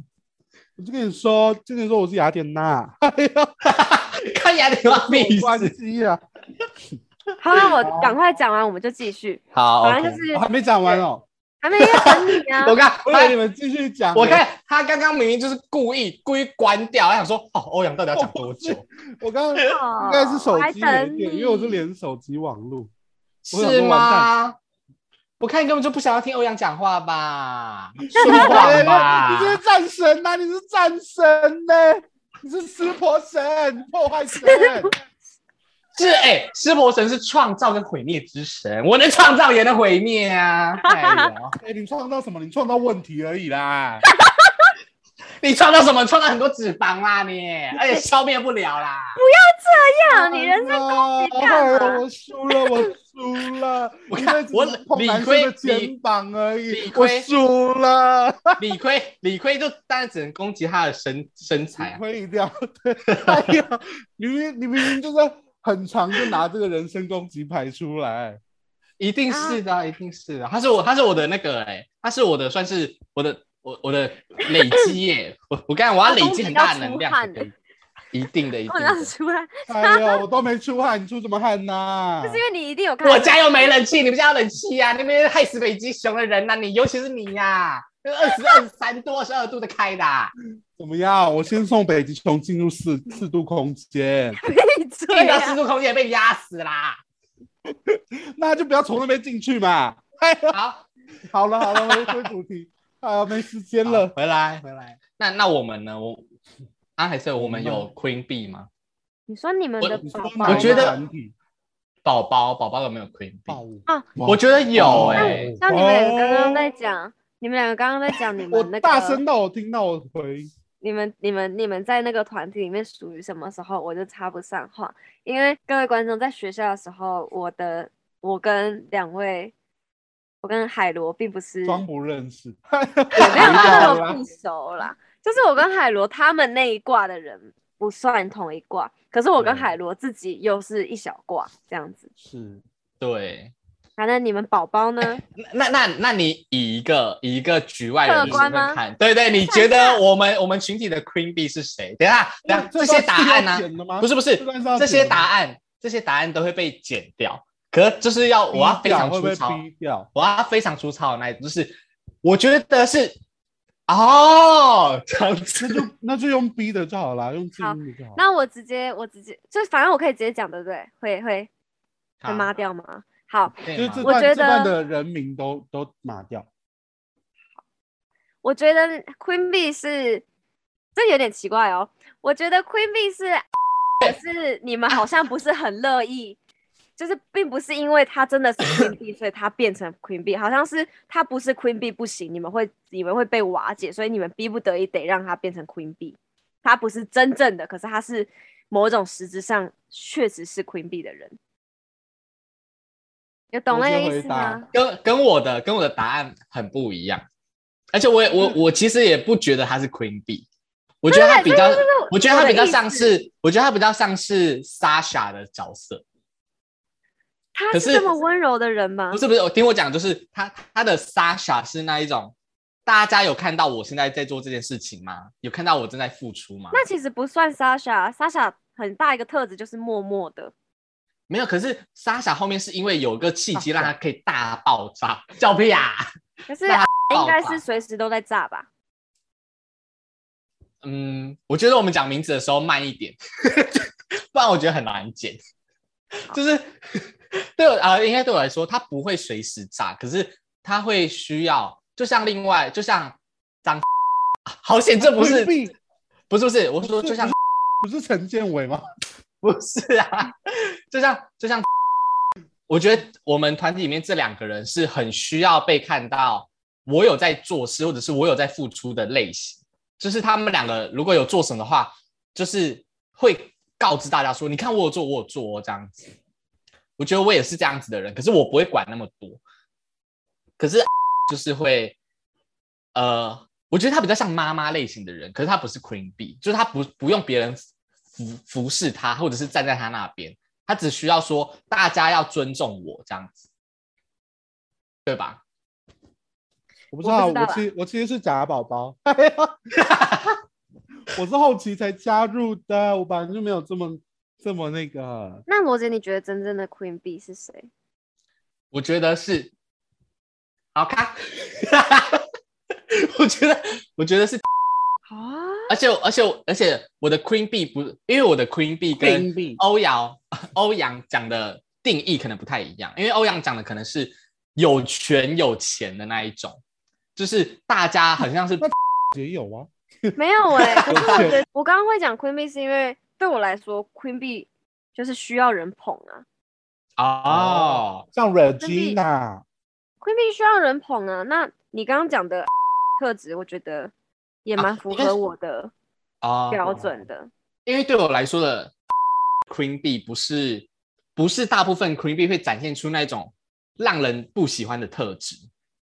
我就跟你说，就跟你说我是雅典娜， 哎呀，看雅典娜没必关死。系啊，嗯好，那我赶快讲完，我们就继续。好反正 OK。就是我还没讲完哦，还没要等你啊我看我以为你们继续讲。我，看他刚刚明明就是故意故意关掉，他想说哦，欧阳到底要讲多久？我刚刚应哦该是手我还机没等电，你因为我是连手机网路。我想是说完吗？我看你根本就不想要听欧阳讲话吧？你说谎吧 你？是战神呐、啊你是战神呢、你是湿婆神、破坏 神。是哎，湿婆神是创造跟毁灭之神，我能创造也能毁灭啊！哎呦，哎、你创造什么？你创造问题而已啦。你创造什么？创造很多脂肪啦 你，而且消灭不了啦。。这样，你人生攻击干嘛我输了，我输了我因看为我只是碰理男亏生的理肩膀而理已，我亏输了。理亏，理亏就当然只能攻击他的身身材、啊。亏掉，对，哎呀，你明你明明就是很长就拿这个人身攻击牌出来，一定是的啊、一定是的啊、他是我，他是我的那个哎、他是我的，算是我的，我我的累积耶、我我刚才我要累积很大的能量才可以，一定的，一不定能的。出来，哎呀，我都没出汗，你出什么汗呐、就是因为你一定有看。 我家又没冷气，你们家有冷气呀、啊？那边害死北极熊的人呐、啊你尤其是你呀、那二十二三多二十二度的开的、啊，怎么样？我先送北极熊进入四四度空间，闭 进嘴到四啊！度空间被压死 啦。那就不要从那边进去嘛。哎呀，好，好了好了，回回主题，哎呀，没时间好了。回来回来。那那我们呢？我 啊，还是我们有 Queen B 吗？你说你们的你宝说宝哪我一觉个得团体宝宝宝宝有没有 Queen B？爆啊我觉得有哎、像你们两个刚刚在讲，你们两个刚刚在讲你哦我们那大声个，到我听到我回，你们你们你们在那个团体里面属于什么时候，我就插不上话，因为各位观众在学校的时候，我的我跟两位，我跟海螺并不是装不认识。没有到到啦那么不熟啦，就是我跟海螺他们那一挂的人不算同一挂，可是我跟对海螺自己又是一小挂这样子。是对，反正你们宝宝呢？那那那你以一个以一个局外人的客身观份吗看，对对，你觉 得我们我们群体的 Queen B 是谁？等一下，等一下，这些答案呢、啊不是不是这段是要，这些剪的答案这些答案都会被剪掉，可就是要我要非常会不粗会糙，逼掉？我要非常粗糙的那一种，就是我觉得是哦，这样子那就那就用逼的就好啦，用静音的就好。那我直接我直接就反正我可以直接讲，对不对？会会会抹掉吗？好，对就是吗这我段觉这得段的人名都都码掉，我觉得 Queen B 是这有点奇怪哦。我觉得 Queen B 是，可是你们好像不是很乐意，就是并不是因为他真的是 Queen B，所以他变成 Queen B，好像是他不是 Queen B 不行，你们会你们会被瓦解，所以你们逼不得已得让他变成 Queen B。他不是真正的，可是他是某种实质上确实是 Queen B 的人。有懂我那先个意回思答吗？跟跟我的跟我的答案很不一样，而且我也我我其实也不觉得他是 Queen B，我觉得他比较嗯对对对，我觉得我的他比较意思像是，我觉得他比较像是 Sasha 的角色，他可是是这么温柔的人吗不？是不是，我听我讲，就是他他的 Sasha 是那一种，大家有看到我现在在做这件事情吗？有看到我正在付出吗？那其实不算 Sasha，Sasha 很大一个特质就是默默的，没有，可是 Sasha 后面是因为有个契机 Sasha 让他可以大爆炸，叫屁啊！可是那应该爆是吧随时都在炸吧？嗯，我觉得我们讲名字的时候慢一点， 不然我觉得很难剪。就是 对我啊、应该对我来说，它不会随时炸，可是它会需要，就像另外，就像张，好险，哎这不是回避不是不是，我说不是就像不是陈建伟吗？不是啊，就像就像，我觉得我们团体里面这两个人是很需要被看到，我有在做事，或者是我有在付出的类型。就是他们两个如果有做什么的话，就是会告知大家说，你看我有做，我有做、哦、这样子。我觉得我也是这样子的人，可是我不会管那么多。可是就是会，呃，我觉得他比较像妈妈类型的人，可是他不是 Queen B，就是他不不用别人服服侍他，或者是站在他那边，他只需要说大家要尊重我这样子。对吧？我不知 道，我不知道我啦其我其实是假宝宝， 哎我是后期才加入的，我本来就没有这么这么那个。那罗杰，你觉得真正的 Queen B 是谁？我觉得是好看， 我觉得我觉得是， 啊，而且而且而且我的 Queen B 不，因为我的 Queen B 跟币欧阳欧阳讲的定义可能不太一样，因为欧阳讲的可能是有权有钱的那一种，就是大家好像是也有啊，没有 哎、可是我对觉得我刚刚会讲 Queen B 是因为对我来说 Queen B 就是需要人捧啊哦，像币 Regina， ，Queen B 需要人捧啊。那你刚刚讲的 特质，我觉得也啊蛮符因为合我的哦标准的。因为对我来说的 Queen B 不是不是大部分 Queen B 会展现出那种让人不喜欢的特质，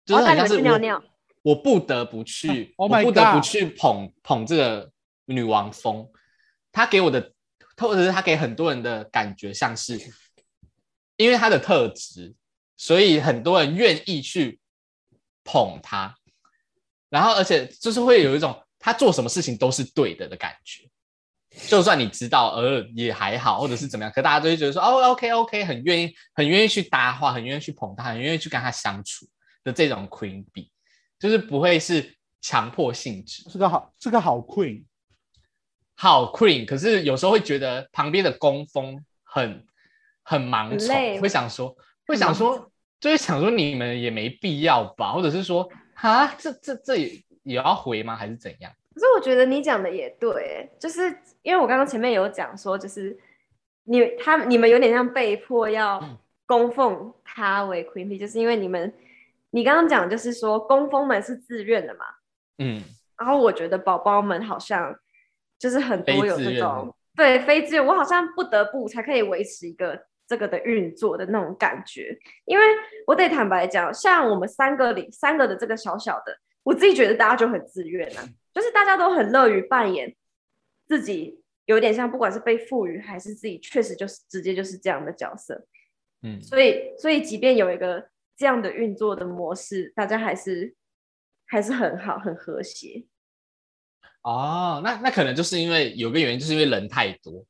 就我是要带很你们像是哦去我尿尿。我不得不去， Oh 我 my 不得不 God 去捧捧这个女王风，她给我的，或者是她给很多人的感觉像是，因为她的特质，所以很多人愿意去捧她，然后而且就是会有一种她做什么事情都是对的的感觉。就算你知道，呃，也还好，或者是怎么样，可大家都会觉得说，哦，OK OK，很愿意，很愿意去搭话，很愿意去捧她，很愿意去跟她相处的这种 Queen B。就是不会是强迫性质。是个好是个好 Queen，好 queen，可是有时候会觉得旁边的工蜂很很盲很从，累会想说，会想说，就会想说你们也没必要吧，或者是说，啊，这这这也也要回吗？还是怎样？可是我觉得你讲的也对欸，就是因为我刚刚前面有讲说，就是你他你们有点像被迫要嗯供奉他为 Queen Bee，就是因为你们你刚刚讲就是说供奉们是自愿的嘛，嗯，然后我觉得宝宝们好像就是很多非有自这愿种的对非自愿，我好像不得不才可以维持一个这个的运作的那种感觉。因为我得坦白讲，像我们三个里三个的这个小小的，我自己觉得大家就很自愿啊，就是大家都很乐于扮演自己，有点像不管是被赋予还是自己，确实就是直接就是这样的角色。嗯，所以，所以即便有一个这样的运作的模式，大家还是还是很好，很和谐。哦，那那可能就是因为有个原因，就是因为人太多，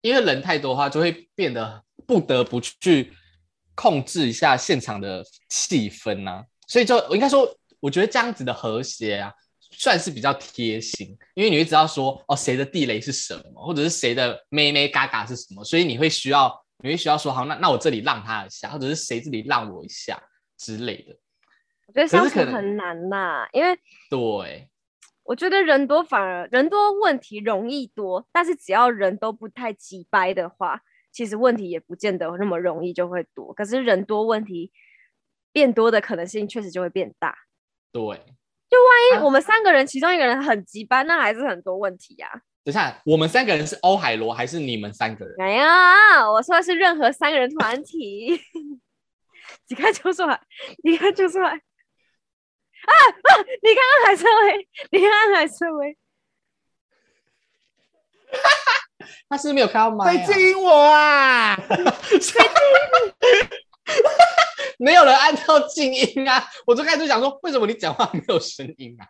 因为人太多的话，就会变得不得不去控制一下现场的气氛呐、所以就我应该说，我觉得这样子的和谐啊，算是比较贴心，因为你会知道说哦谁的地雷是什么，或者是谁的妹妹嘎嘎是什么，所以你会需要你会需要说好，那那我这里让他一下，或者是谁这里让我一下之类的。我觉得相是处可能很难呐，因为对，我觉得人多反而人多问题容易多，但是只要人都不太急掰的话，其实问题也不见得那么容易就会多。可是人多问题变多的可能性确实就会变大。对。因啊为我们三个人其中一个人很急掰，那还是很多问题呀、啊。等一下，我们三个人是欧海螺还是你们三个人？哎呀，我说的是任何三个人团体，你看就出来，你看就出来。啊啊！你刚刚还是会，你刚刚还是会。他是不是没有看到麦、在啊，吸引我啊！没有人按照静音啊！我就开始想说，为什么你讲话没有声音啊？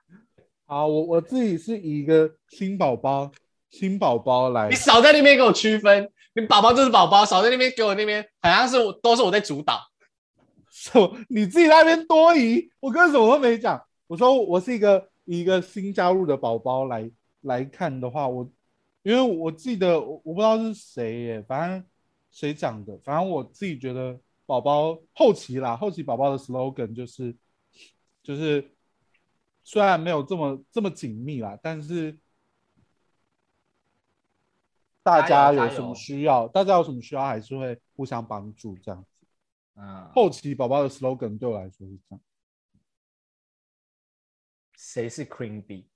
好，我我自己是以一个新宝宝新宝宝来你，少在那边给我区分，你宝宝就是宝宝，少在那边给我那边，好像是我都是我在主导。手你自己在那边多疑，我根本什么都没讲。我说我是一个以一个新加入的宝宝来来看的话，我因为我记得我我不知道是谁耶，反正谁讲的，反正我自己觉得宝宝后期啦，后期宝宝的 slogan 就是就是虽然没有这么这么紧密啦，但是大加家油有加什么油需要，大家有什么需要还是会互相帮助这样。嗯，后期宝宝的 slogan 对我来说是这样，谁是 Queen B？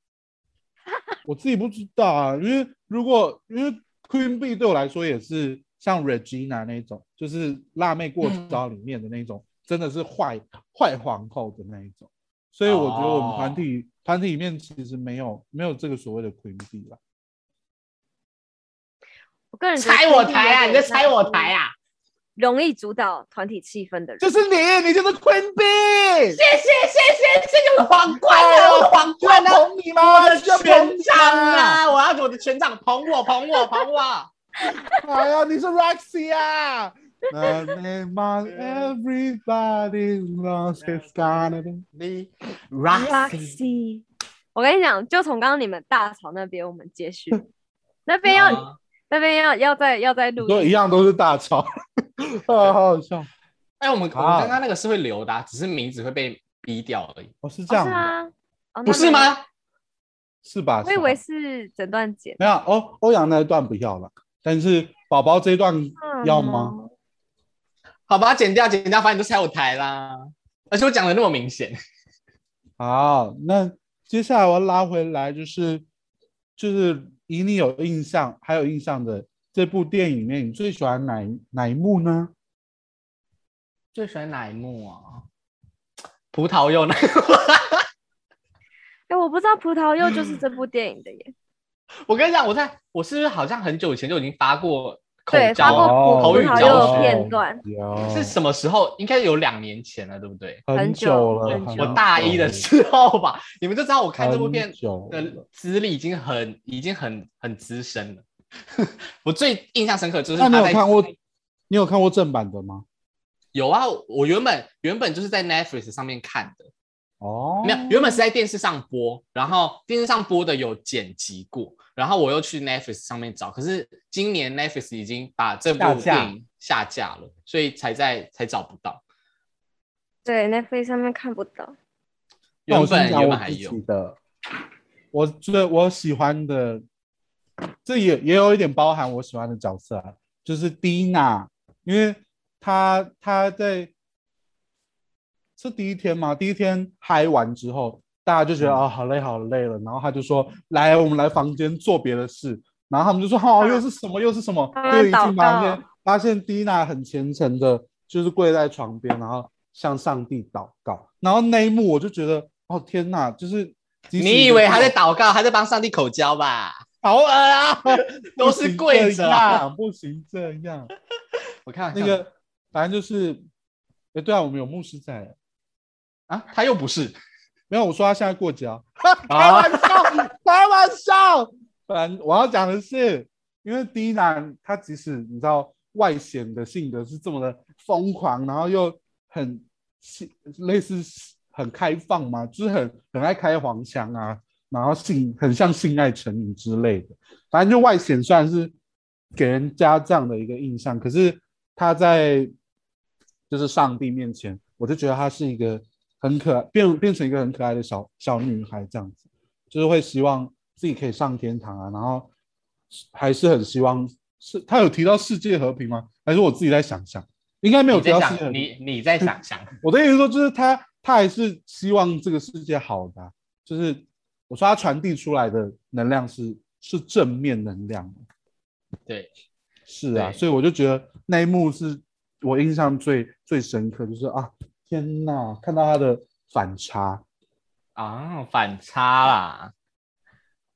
我自己不知道啊，因为如果因为 Queen B 对我来说也是像 Regina 那种，就是辣妹过招里面的那种，真的是坏坏皇后的那一种，所以我觉得我们团体、团体里面其实没有没有这个所谓的 Queen B 啦，我个人觉得拆我 Queen Bee 台啊！有你点在拆我台啊！容易主导团体气氛的人。就是你，你就是昆比，谢谢谢谢谢谢我的皇冠啊，我的皇冠啊，捧你吗？我的权杖啊！啊，我要我的权杖捧我捧我捧我，哎呀，你是 Roxy 啊！The name of everybody loves his gonna be 你 Roxy，我跟你讲，就从刚刚你们大吵那边，我们接续那边要、那边要要再要再录都哦一一，样，都是大吵， 啊，好好笑！哎，我们我们啊刚刚那个是会留的啊，只是名字会被逼掉而已，哦，是这哦、样是的，吗？哦不是？吗？是吧？那没有是吧我以为是整段剪，没有欧欧阳那一段不要了，但是宝宝这一段要吗？好吧，剪掉剪掉，反正你都拆我台啦。而且我讲的那么明显，好，那接下来我要拉回来，就是就是以你有印象还有印象的这部电影里面，你最喜欢哪一哪一幕呢？最喜欢哪一幕啊？葡萄柚那个，哎、我不知道《葡萄柚》就是嗯这部电影的耶， 我跟你讲，我在我是不是好像很久以前就已经发过口对，发交过了？哦葡口葡语萄教柚学的片段，有是什么时候？应该有两年前了，对不对？很很久久了很，很久我久大一的了时候吧，你们就知道我看这部很片久的了资历已经很已经很很资深了。 我最印象深刻就是那他你有在看过你有看过正版的吗？有啊，我原本原本就是在 Netflix 上面看的，哦，没有，原本是在电视上播，然后电视上播的有剪辑过，然后我又去 Netflix 上面找，可是今年 Netflix 已经把这部下架电影下架了，所以才在才找不到。对，Netflix 上面看不到。那原我先本讲原我本还自有己的，我最我喜欢的，这也也有一点包含我喜欢的角色啊，就是蒂娜，因为她她在是第一天嘛，第一天嗨完之后，大家就觉得嗯啊、好累好累了，然后她就说来我们来房间做别的事，然后他们就说哦又是什么又是什么，他们就一进啊祷房间告发现蒂娜很虔诚的，就是跪在床边，然后向上帝祷告。然后那一幕我就觉得，哦天哪，就是即使你以为他在祷告，还在帮上帝口交吧？好恶 啊，都是跪着啊不行这样，不行我看这样。那个反正就是，哎，对啊，我们有牧师在，啊，他又不是没有我说他现在过 节啊，开啊玩笑，开玩笑。反正我要讲的是，因为第一男他即使你知道外显的性格是这么的疯狂，然后又很性类似很开放嘛，就是很很爱开黄腔啊，然后性很像性爱成瘾之类的。反正就外显虽然是给人家这样的一个印象，可是他在就是上帝面前，我就觉得她是一个很可爱，变变成一个很可爱的小小女孩这样子，就是会希望自己可以上天堂啊，然后还是很希望是他有提到世界和平吗？还是我自己在想象？应该没有你提在到世界和想，平。你你在想想，我的意思说，就是他他还是希望这个世界好的啊、就是我说他传递出来的能量是是正面能量。对，是啊，对所以我就觉得那一幕是我印象最最深刻，就是啊，天呐，看到他的反差，啊，反差啦。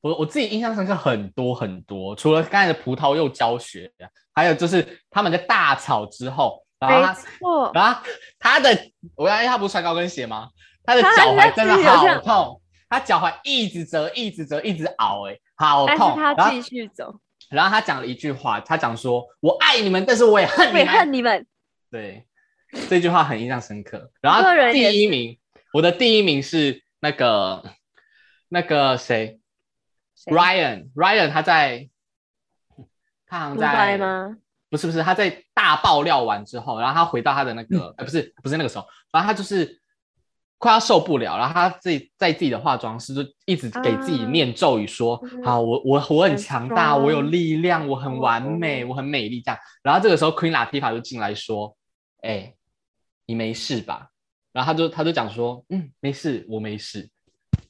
我我自己印象深刻很多很多，除了刚才的葡萄柚教学，还有就是他们在大吵之后，然后没他错，啊然后他的，我要，因为他不是穿高跟鞋吗？他的他脚踝他真的自己有这好样痛，他脚踝一直折，一直折，一直熬、欸，哎，好但是痛。然他后继续走，然后他讲了一句话，他讲说：“我爱你们，但是我也恨我你也们。恨你们。对，这句话很印象深刻。然后个人也第一名，我的第一名是那个那个谁谁，Ryan，Ryan 他在，他好像出在来？吗？不是不是，他在大爆料完之后，然后他回到他的那个，嗯呃，不是不是那个时候，反正他就是快要受不了，然后他自己在自己的化妆室就一直给自己啊念咒语说，嗯好，我我我很很强大，我有爽力量，我很完美，哦我很美丽这样。然后这个时候 Queen Latifah 就进来说，哎、你没事吧？然后他就他就讲说，嗯，没事，我没事。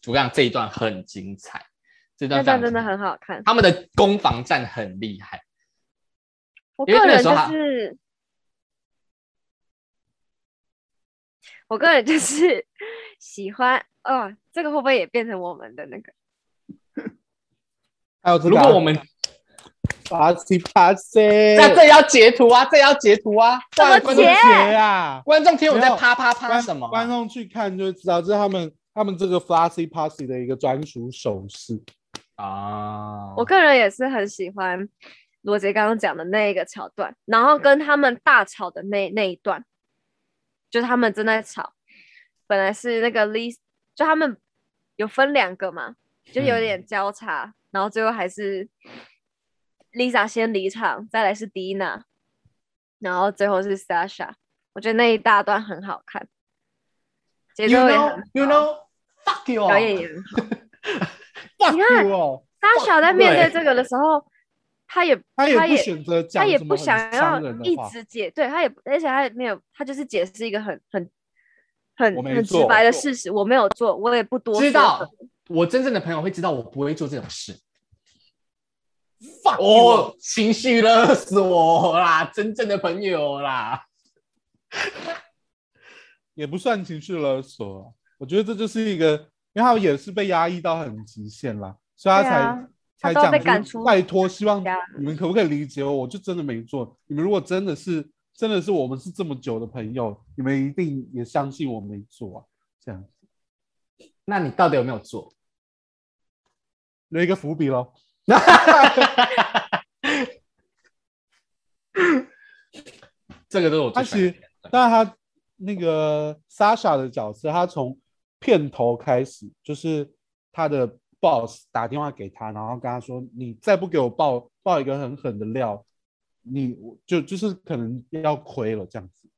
我跟你讲这一段很精彩，这那段非常段真的精彩很好看。他们的攻防战很厉害。我因为个那人时就候他是，我个人就是 喜欢，哦，这个会不会也变成我们的那个？还有这个如啊、果我们巴西巴西，那这也要截图啊，这也要截图啊！怎么不然观众截啊？观众听我没在有啪啪啪观什么啊？观众去看就会知道，这是他们他们这个 Flossy Posse 的一个专属手势。啊，我个人也是很喜欢罗杰刚刚讲的那一个桥段，然后跟他们大吵的那那一段，就是他们正在吵，本来是那个 Lee，就他们有分两个嘛，就有嗯点交叉，然后最后还是 Lisa 先离场，再来是 Dina，然后最后是 Sasha，我觉得那一大段很好看，节 You 奏也 know, 很 you know, fuck you 表 all。演也很好。 Fuck 你看 you 哦， Sasha 在面对这个的时候，他也他也他不也选择讲他也什不么想很要伤人的一话直解，对，他也不，而且他也没有，他就是解释一个很很很我没很直做白的事实，我没有做，我也不多知说道了，我真正的朋友会知道我不会做这种事。 fuck you all 哦，情绪勒索啦，真正的朋友啦。也不算情绪勒索。啊我觉得这就是一个，因为他也是被压抑到很极限啦，所以他对才、啊才他都要被讲赶出出拜托，希望家你们可不可以理解我？我就真的没做。你们如果真的是真的是我们是这么久的朋友，你们一定也相信我没做啊。这样那你到底有没有做？留一个伏笔喽。 这个都是我最他喜欢其的实，但他那个 Sasha 的角色，他从片头开始就是他的 boss 打电话给他，然后跟他说：“你再不给我爆爆一个很狠的料，你我就就是可能要亏了这样子。”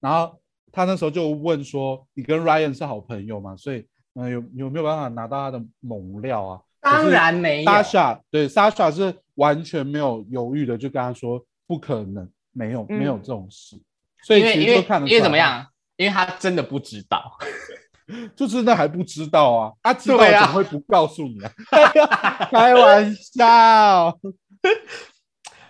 然后他那时候就问说：“你跟 Ryan 是好朋友吗？所以，嗯、有有没有办法拿到他的猛料啊？”当然没有。 Sasha 对 Sasha 是完全没有犹豫的，就跟他说不可能，没有、嗯没有这种事。所以因为其因实就为看得出来啊因为怎么，样？因为他真的不知道，就是那还不知道啊，他知道对怎啊么会不告诉你啊？ 开玩笑，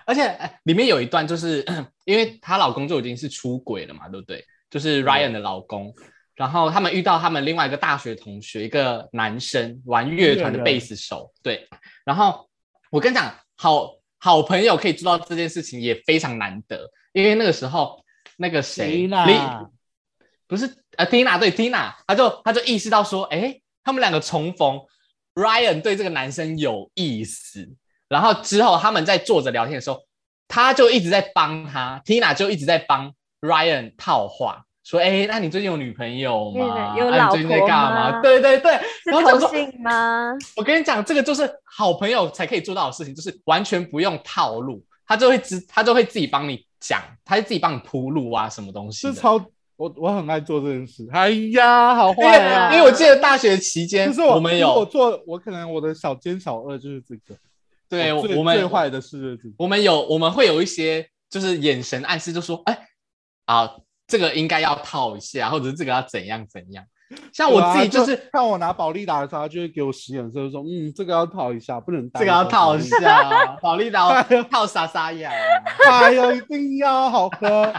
而且哎里面有一段就是 因为她老公就已经是出轨了嘛，对不对？就是 Ryan 的老公，然后他们遇到他们另外一个大学同学，一个男生玩乐团的贝斯手，对。然后我跟你讲，好好朋友可以做到这件事情也非常难得，因为那个时候那个谁谁啦李不是呃 Tina 对 Tina，他就他就意识到说，哎，他们两个重逢，Ryan 对这个男生有意思。然后之后他们在坐着聊天的时候，他就一直在帮他，Tina 就一直在帮 Ryan 套话，说：“哎，那你最近有女朋友吗？对有啊老你最近在干嘛？”婆吗对对对，是然后讲同说性吗？我跟你讲，这个就是好朋友才可以做到的事情，就是完全不用套路，他就会知，他就会自己帮你讲，他会自己帮你铺路啊，什么东西是的。超我我很爱做这件事。哎呀，好因为坏啊！因为我记得大学期间，就是我们就是我有做我可能我的小奸小恶就是这个，对我哦最我们最坏的事就是这个。我们有我们会有一些就是眼神暗示，就说哎啊，这个应该要套一下，或者是这个要怎样怎样。像我自己对啊就、就是看我拿宝利达的时候，他就会给我使眼色，就说嗯，这个要套一下，不能这个要套套一。下，宝丽岛套莎莎呀。哎呦，一定要好 喝！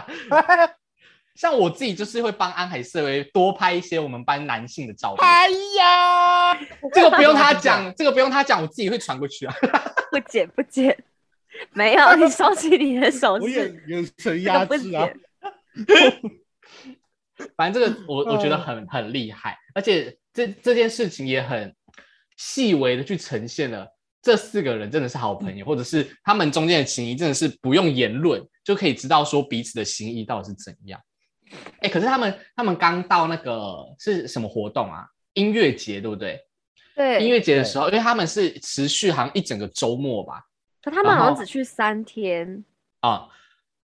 像我自己就是会帮安海瑟薇多拍一些我们班男性的照片，哎呀，这个不用他讲，这个不用他讲，我自己会传过去啊。 不解不解，没有，你收起你的手我势，眼眼神这压个不制啊解，，反正这嗯个我我觉得很很厉害，而且这这件事情也很细微的去呈现了这四个人真的是好朋友，或者是他们中间的情谊真的是不用言论就可以知道说彼此的心意到底是怎样。哎，可是他们他们刚到那个是什么活动啊？音乐节对不对？音对，乐节的时候，因为他们是持续好像一整个周末吧，可他们好然像后只去三天，啊、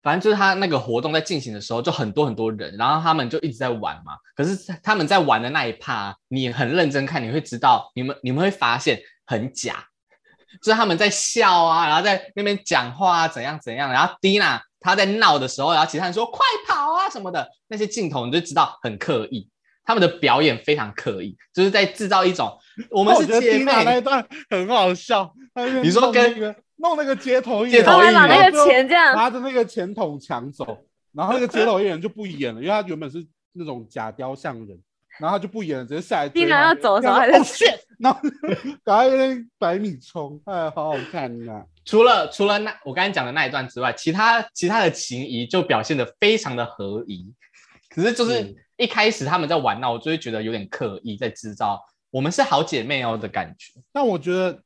反正就是他那个活动在进行的时候，就很多很多人，然后他们就一直在玩嘛。可是他们在玩的那一趴，啊你很认真看，你会知道，你们你们会发现很假， 就是他们在笑啊，然后在那边讲话啊，怎样怎样。然后 Dina 她在闹的时候，然后其他人说快跑啊什么的，那些镜头你就知道很刻意。他们的表演非常刻意，就是在制造一种我我们是觉得姐 Tina 那一妹，段很好笑。他在那边你说弄跟那个弄那个街头艺街人，头他还导演啊把艺那人个钱这样，拿着那个钱筒抢走，然后那个街头艺人就不演了，因为他原本是那种假雕像人，然后他就不演了，直接下来追竟然嘛要走的时候还然在 后哦 shit，然后赶快在那边百米冲，哎，好好看呐、除了除了那我刚才讲的那一段之外，其他其他的情谊就表现的非常的合宜。可是就是嗯一开始他们在玩闹，我就会觉得有点刻意在制造我们是好姐妹哦的感觉。但我觉得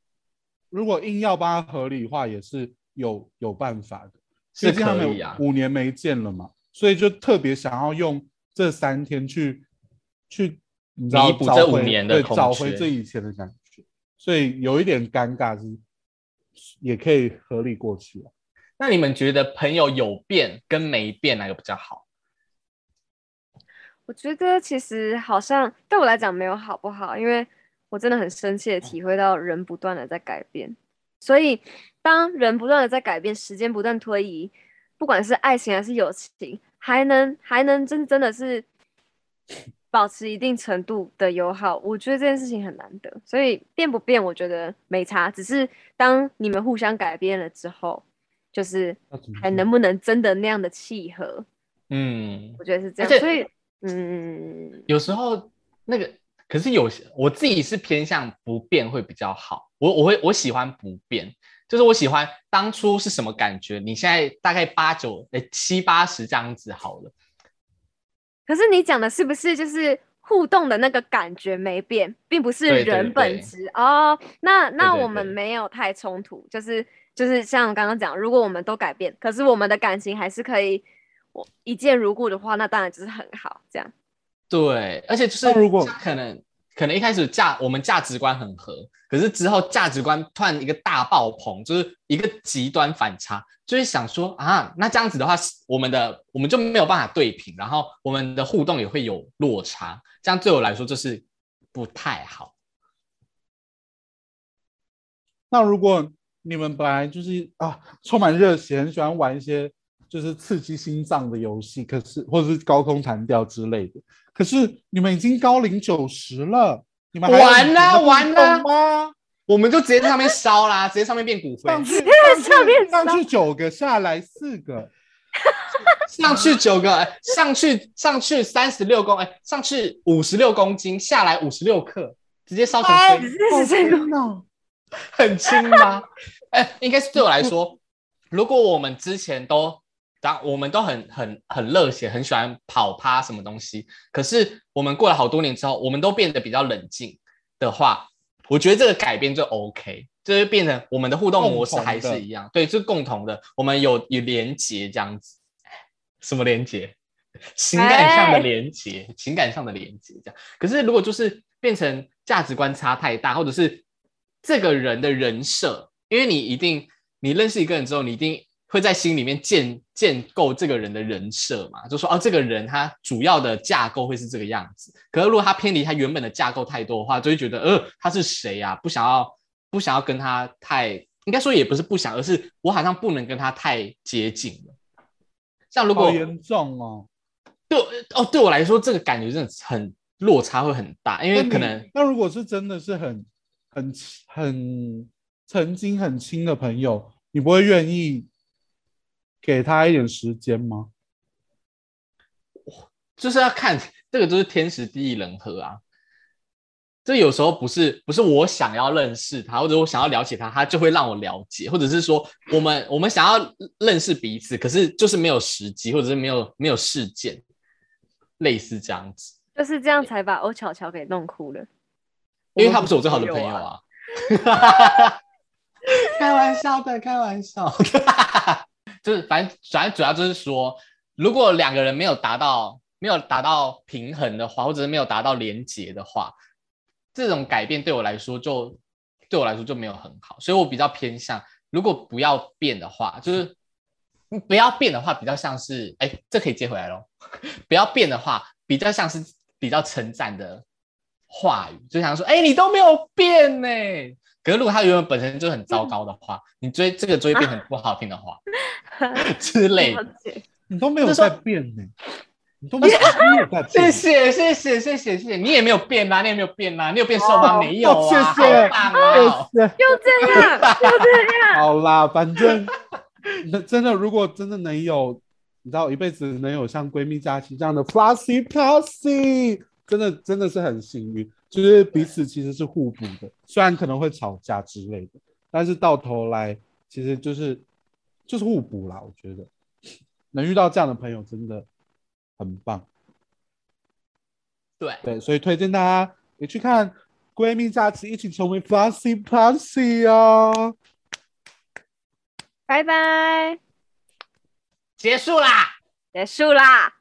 如果硬要帮他合理化，也是有有办法的，是毕竟他可们以啊五年没见了嘛，所以就特别想要用这三天去去你知道弥补找这五回年的对空找回缺这以前的感觉，所以有一点尴尬是也可以合理过去啊。那你们觉得朋友有变跟没变哪个比较好？我觉得其实好像对我来讲没有好不好，因为我真的很深哦切的体会到人不断的在改变，所以当人不断的在改变，时间不断推移，不管是爱情还是友情，还能还能真真的是保持一定程度的友好，我觉得这件事情很难得，所以变不变我觉得没差，只是当你们互相改变了之后，就是要怎么还做能不能真的那样的契合，嗯，我觉得是这而且样，所以嗯。有时候那个可是有些我自己是偏向不变会比较好，我我会我喜欢不变，就是我喜欢当初是什么感觉，你现在大概八九哎七八十这样子好了。可是你讲的是不是就是互动的那个感觉没变，并不是对对人对本质哦？那那对对我们对没有太冲突，就是就是像刚刚讲，如果我们都改变，可是我们的感情还是可以我一见如故的话，那当然就是很好这 样。对，而且就是那如果像可能可能一开始价我们价值观很合，可是之后价值观突然一个大爆棚，就是一个极端反差，就会想说啊，那这样子的话，我们的我们就没有办法对平，然后我们的互动也会有落差，这样对我来说就是不太好。那如果你们本来就是啊充满热血，很喜欢玩一些就是刺激心脏的游戏，可是或者是高空弹跳之类的，可是你们已经高龄九十了，你们还有完啦你们的完啦运动吗？我们就直接在上面烧啦，直接上面变骨灰上，去上面上烧去九个，下来四个，上去九个，哎上去上去三十六公，哎，上去五十六公斤，下来五十六克，直接烧成哎灰。 这是这个呢？很轻吗？ 哎、应该是对我来说，如果我们之前都当我们都很很很热血，很喜欢跑趴什么东西，可是我们过了好多年之后，我们都变得比较冷静的话，我觉得这个改变就 OK，就是变成我们的互动模式共同的还是一样，对，就是共同的，我们有有连结这样子，什么连结？情感上的连结，情感上的连结这样。可是如果就是变成价值观差太大，或者是这个人的人设，因为你一定你认识一个人之后，你一定会在心里面建建构这个人的人设嘛，就说哦，这个人他主要的架构会是这个样子。可是如果他偏离他原本的架构太多的话，就会觉得呃他是谁啊？不想要不想要跟他太，应该说也不是不想，而是我好像不能跟他太接近了。像如果好严重哦，对我哦，对我来说，这个感觉真的很落差会很大，因为那可你能那如果是真的是很很很曾经很亲的朋友，你不会愿意给他一点时间吗？就是要看这个，就是天时地利人和啊。这有时候不是不是我想要认识他，或者我想要了解他，他就会让我了解，或者是说我们我们想要认识彼此，可是就是没有时机，或者是没有没有事件，类似这样子。就是这样才把欧巧巧给弄哭了。因为他不是我最好的朋友我们啊。 开玩笑的，开玩笑的，就是反正反正主要就是说，如果两个人没有达到没有达到平衡的话，或者是没有达到连结的话，这种改变对我来说就对我来说就没有很好，所以我比较偏向，如果不要变的话，就是不要变的话，比较像是哎，这可以接回来咯。 不要变的话，比较像是比较称赞的话语，就想说，哎、你都没有变呢、可是如果他原本本身就很糟糕的话，你追这个追变成不好听的话、之 类了的。解你都没有就是说在变呢、你都没有没有 在谢谢谢谢变。谢谢谢谢，你也没有变啊啦、你也没有变啦、你有变瘦吗？哦没有啊，谢谢哎好棒哦！谢谢就这样，就这样。好啦，反正那真的，如果真的能有，你知道一辈子能有像闺蜜假期这样的 f l u s s y p l u s s y 真的真的是很幸运，就是彼此其实是互补的，虽然可能会吵架之类的，但是到头来其实就是就是互补啦。我觉得能遇到这样的朋友真的很棒。对，对，所以推荐大家也去看《闺蜜假期》，一起成为 Flossy Plusy 哦。拜拜，结束啦。结束啦。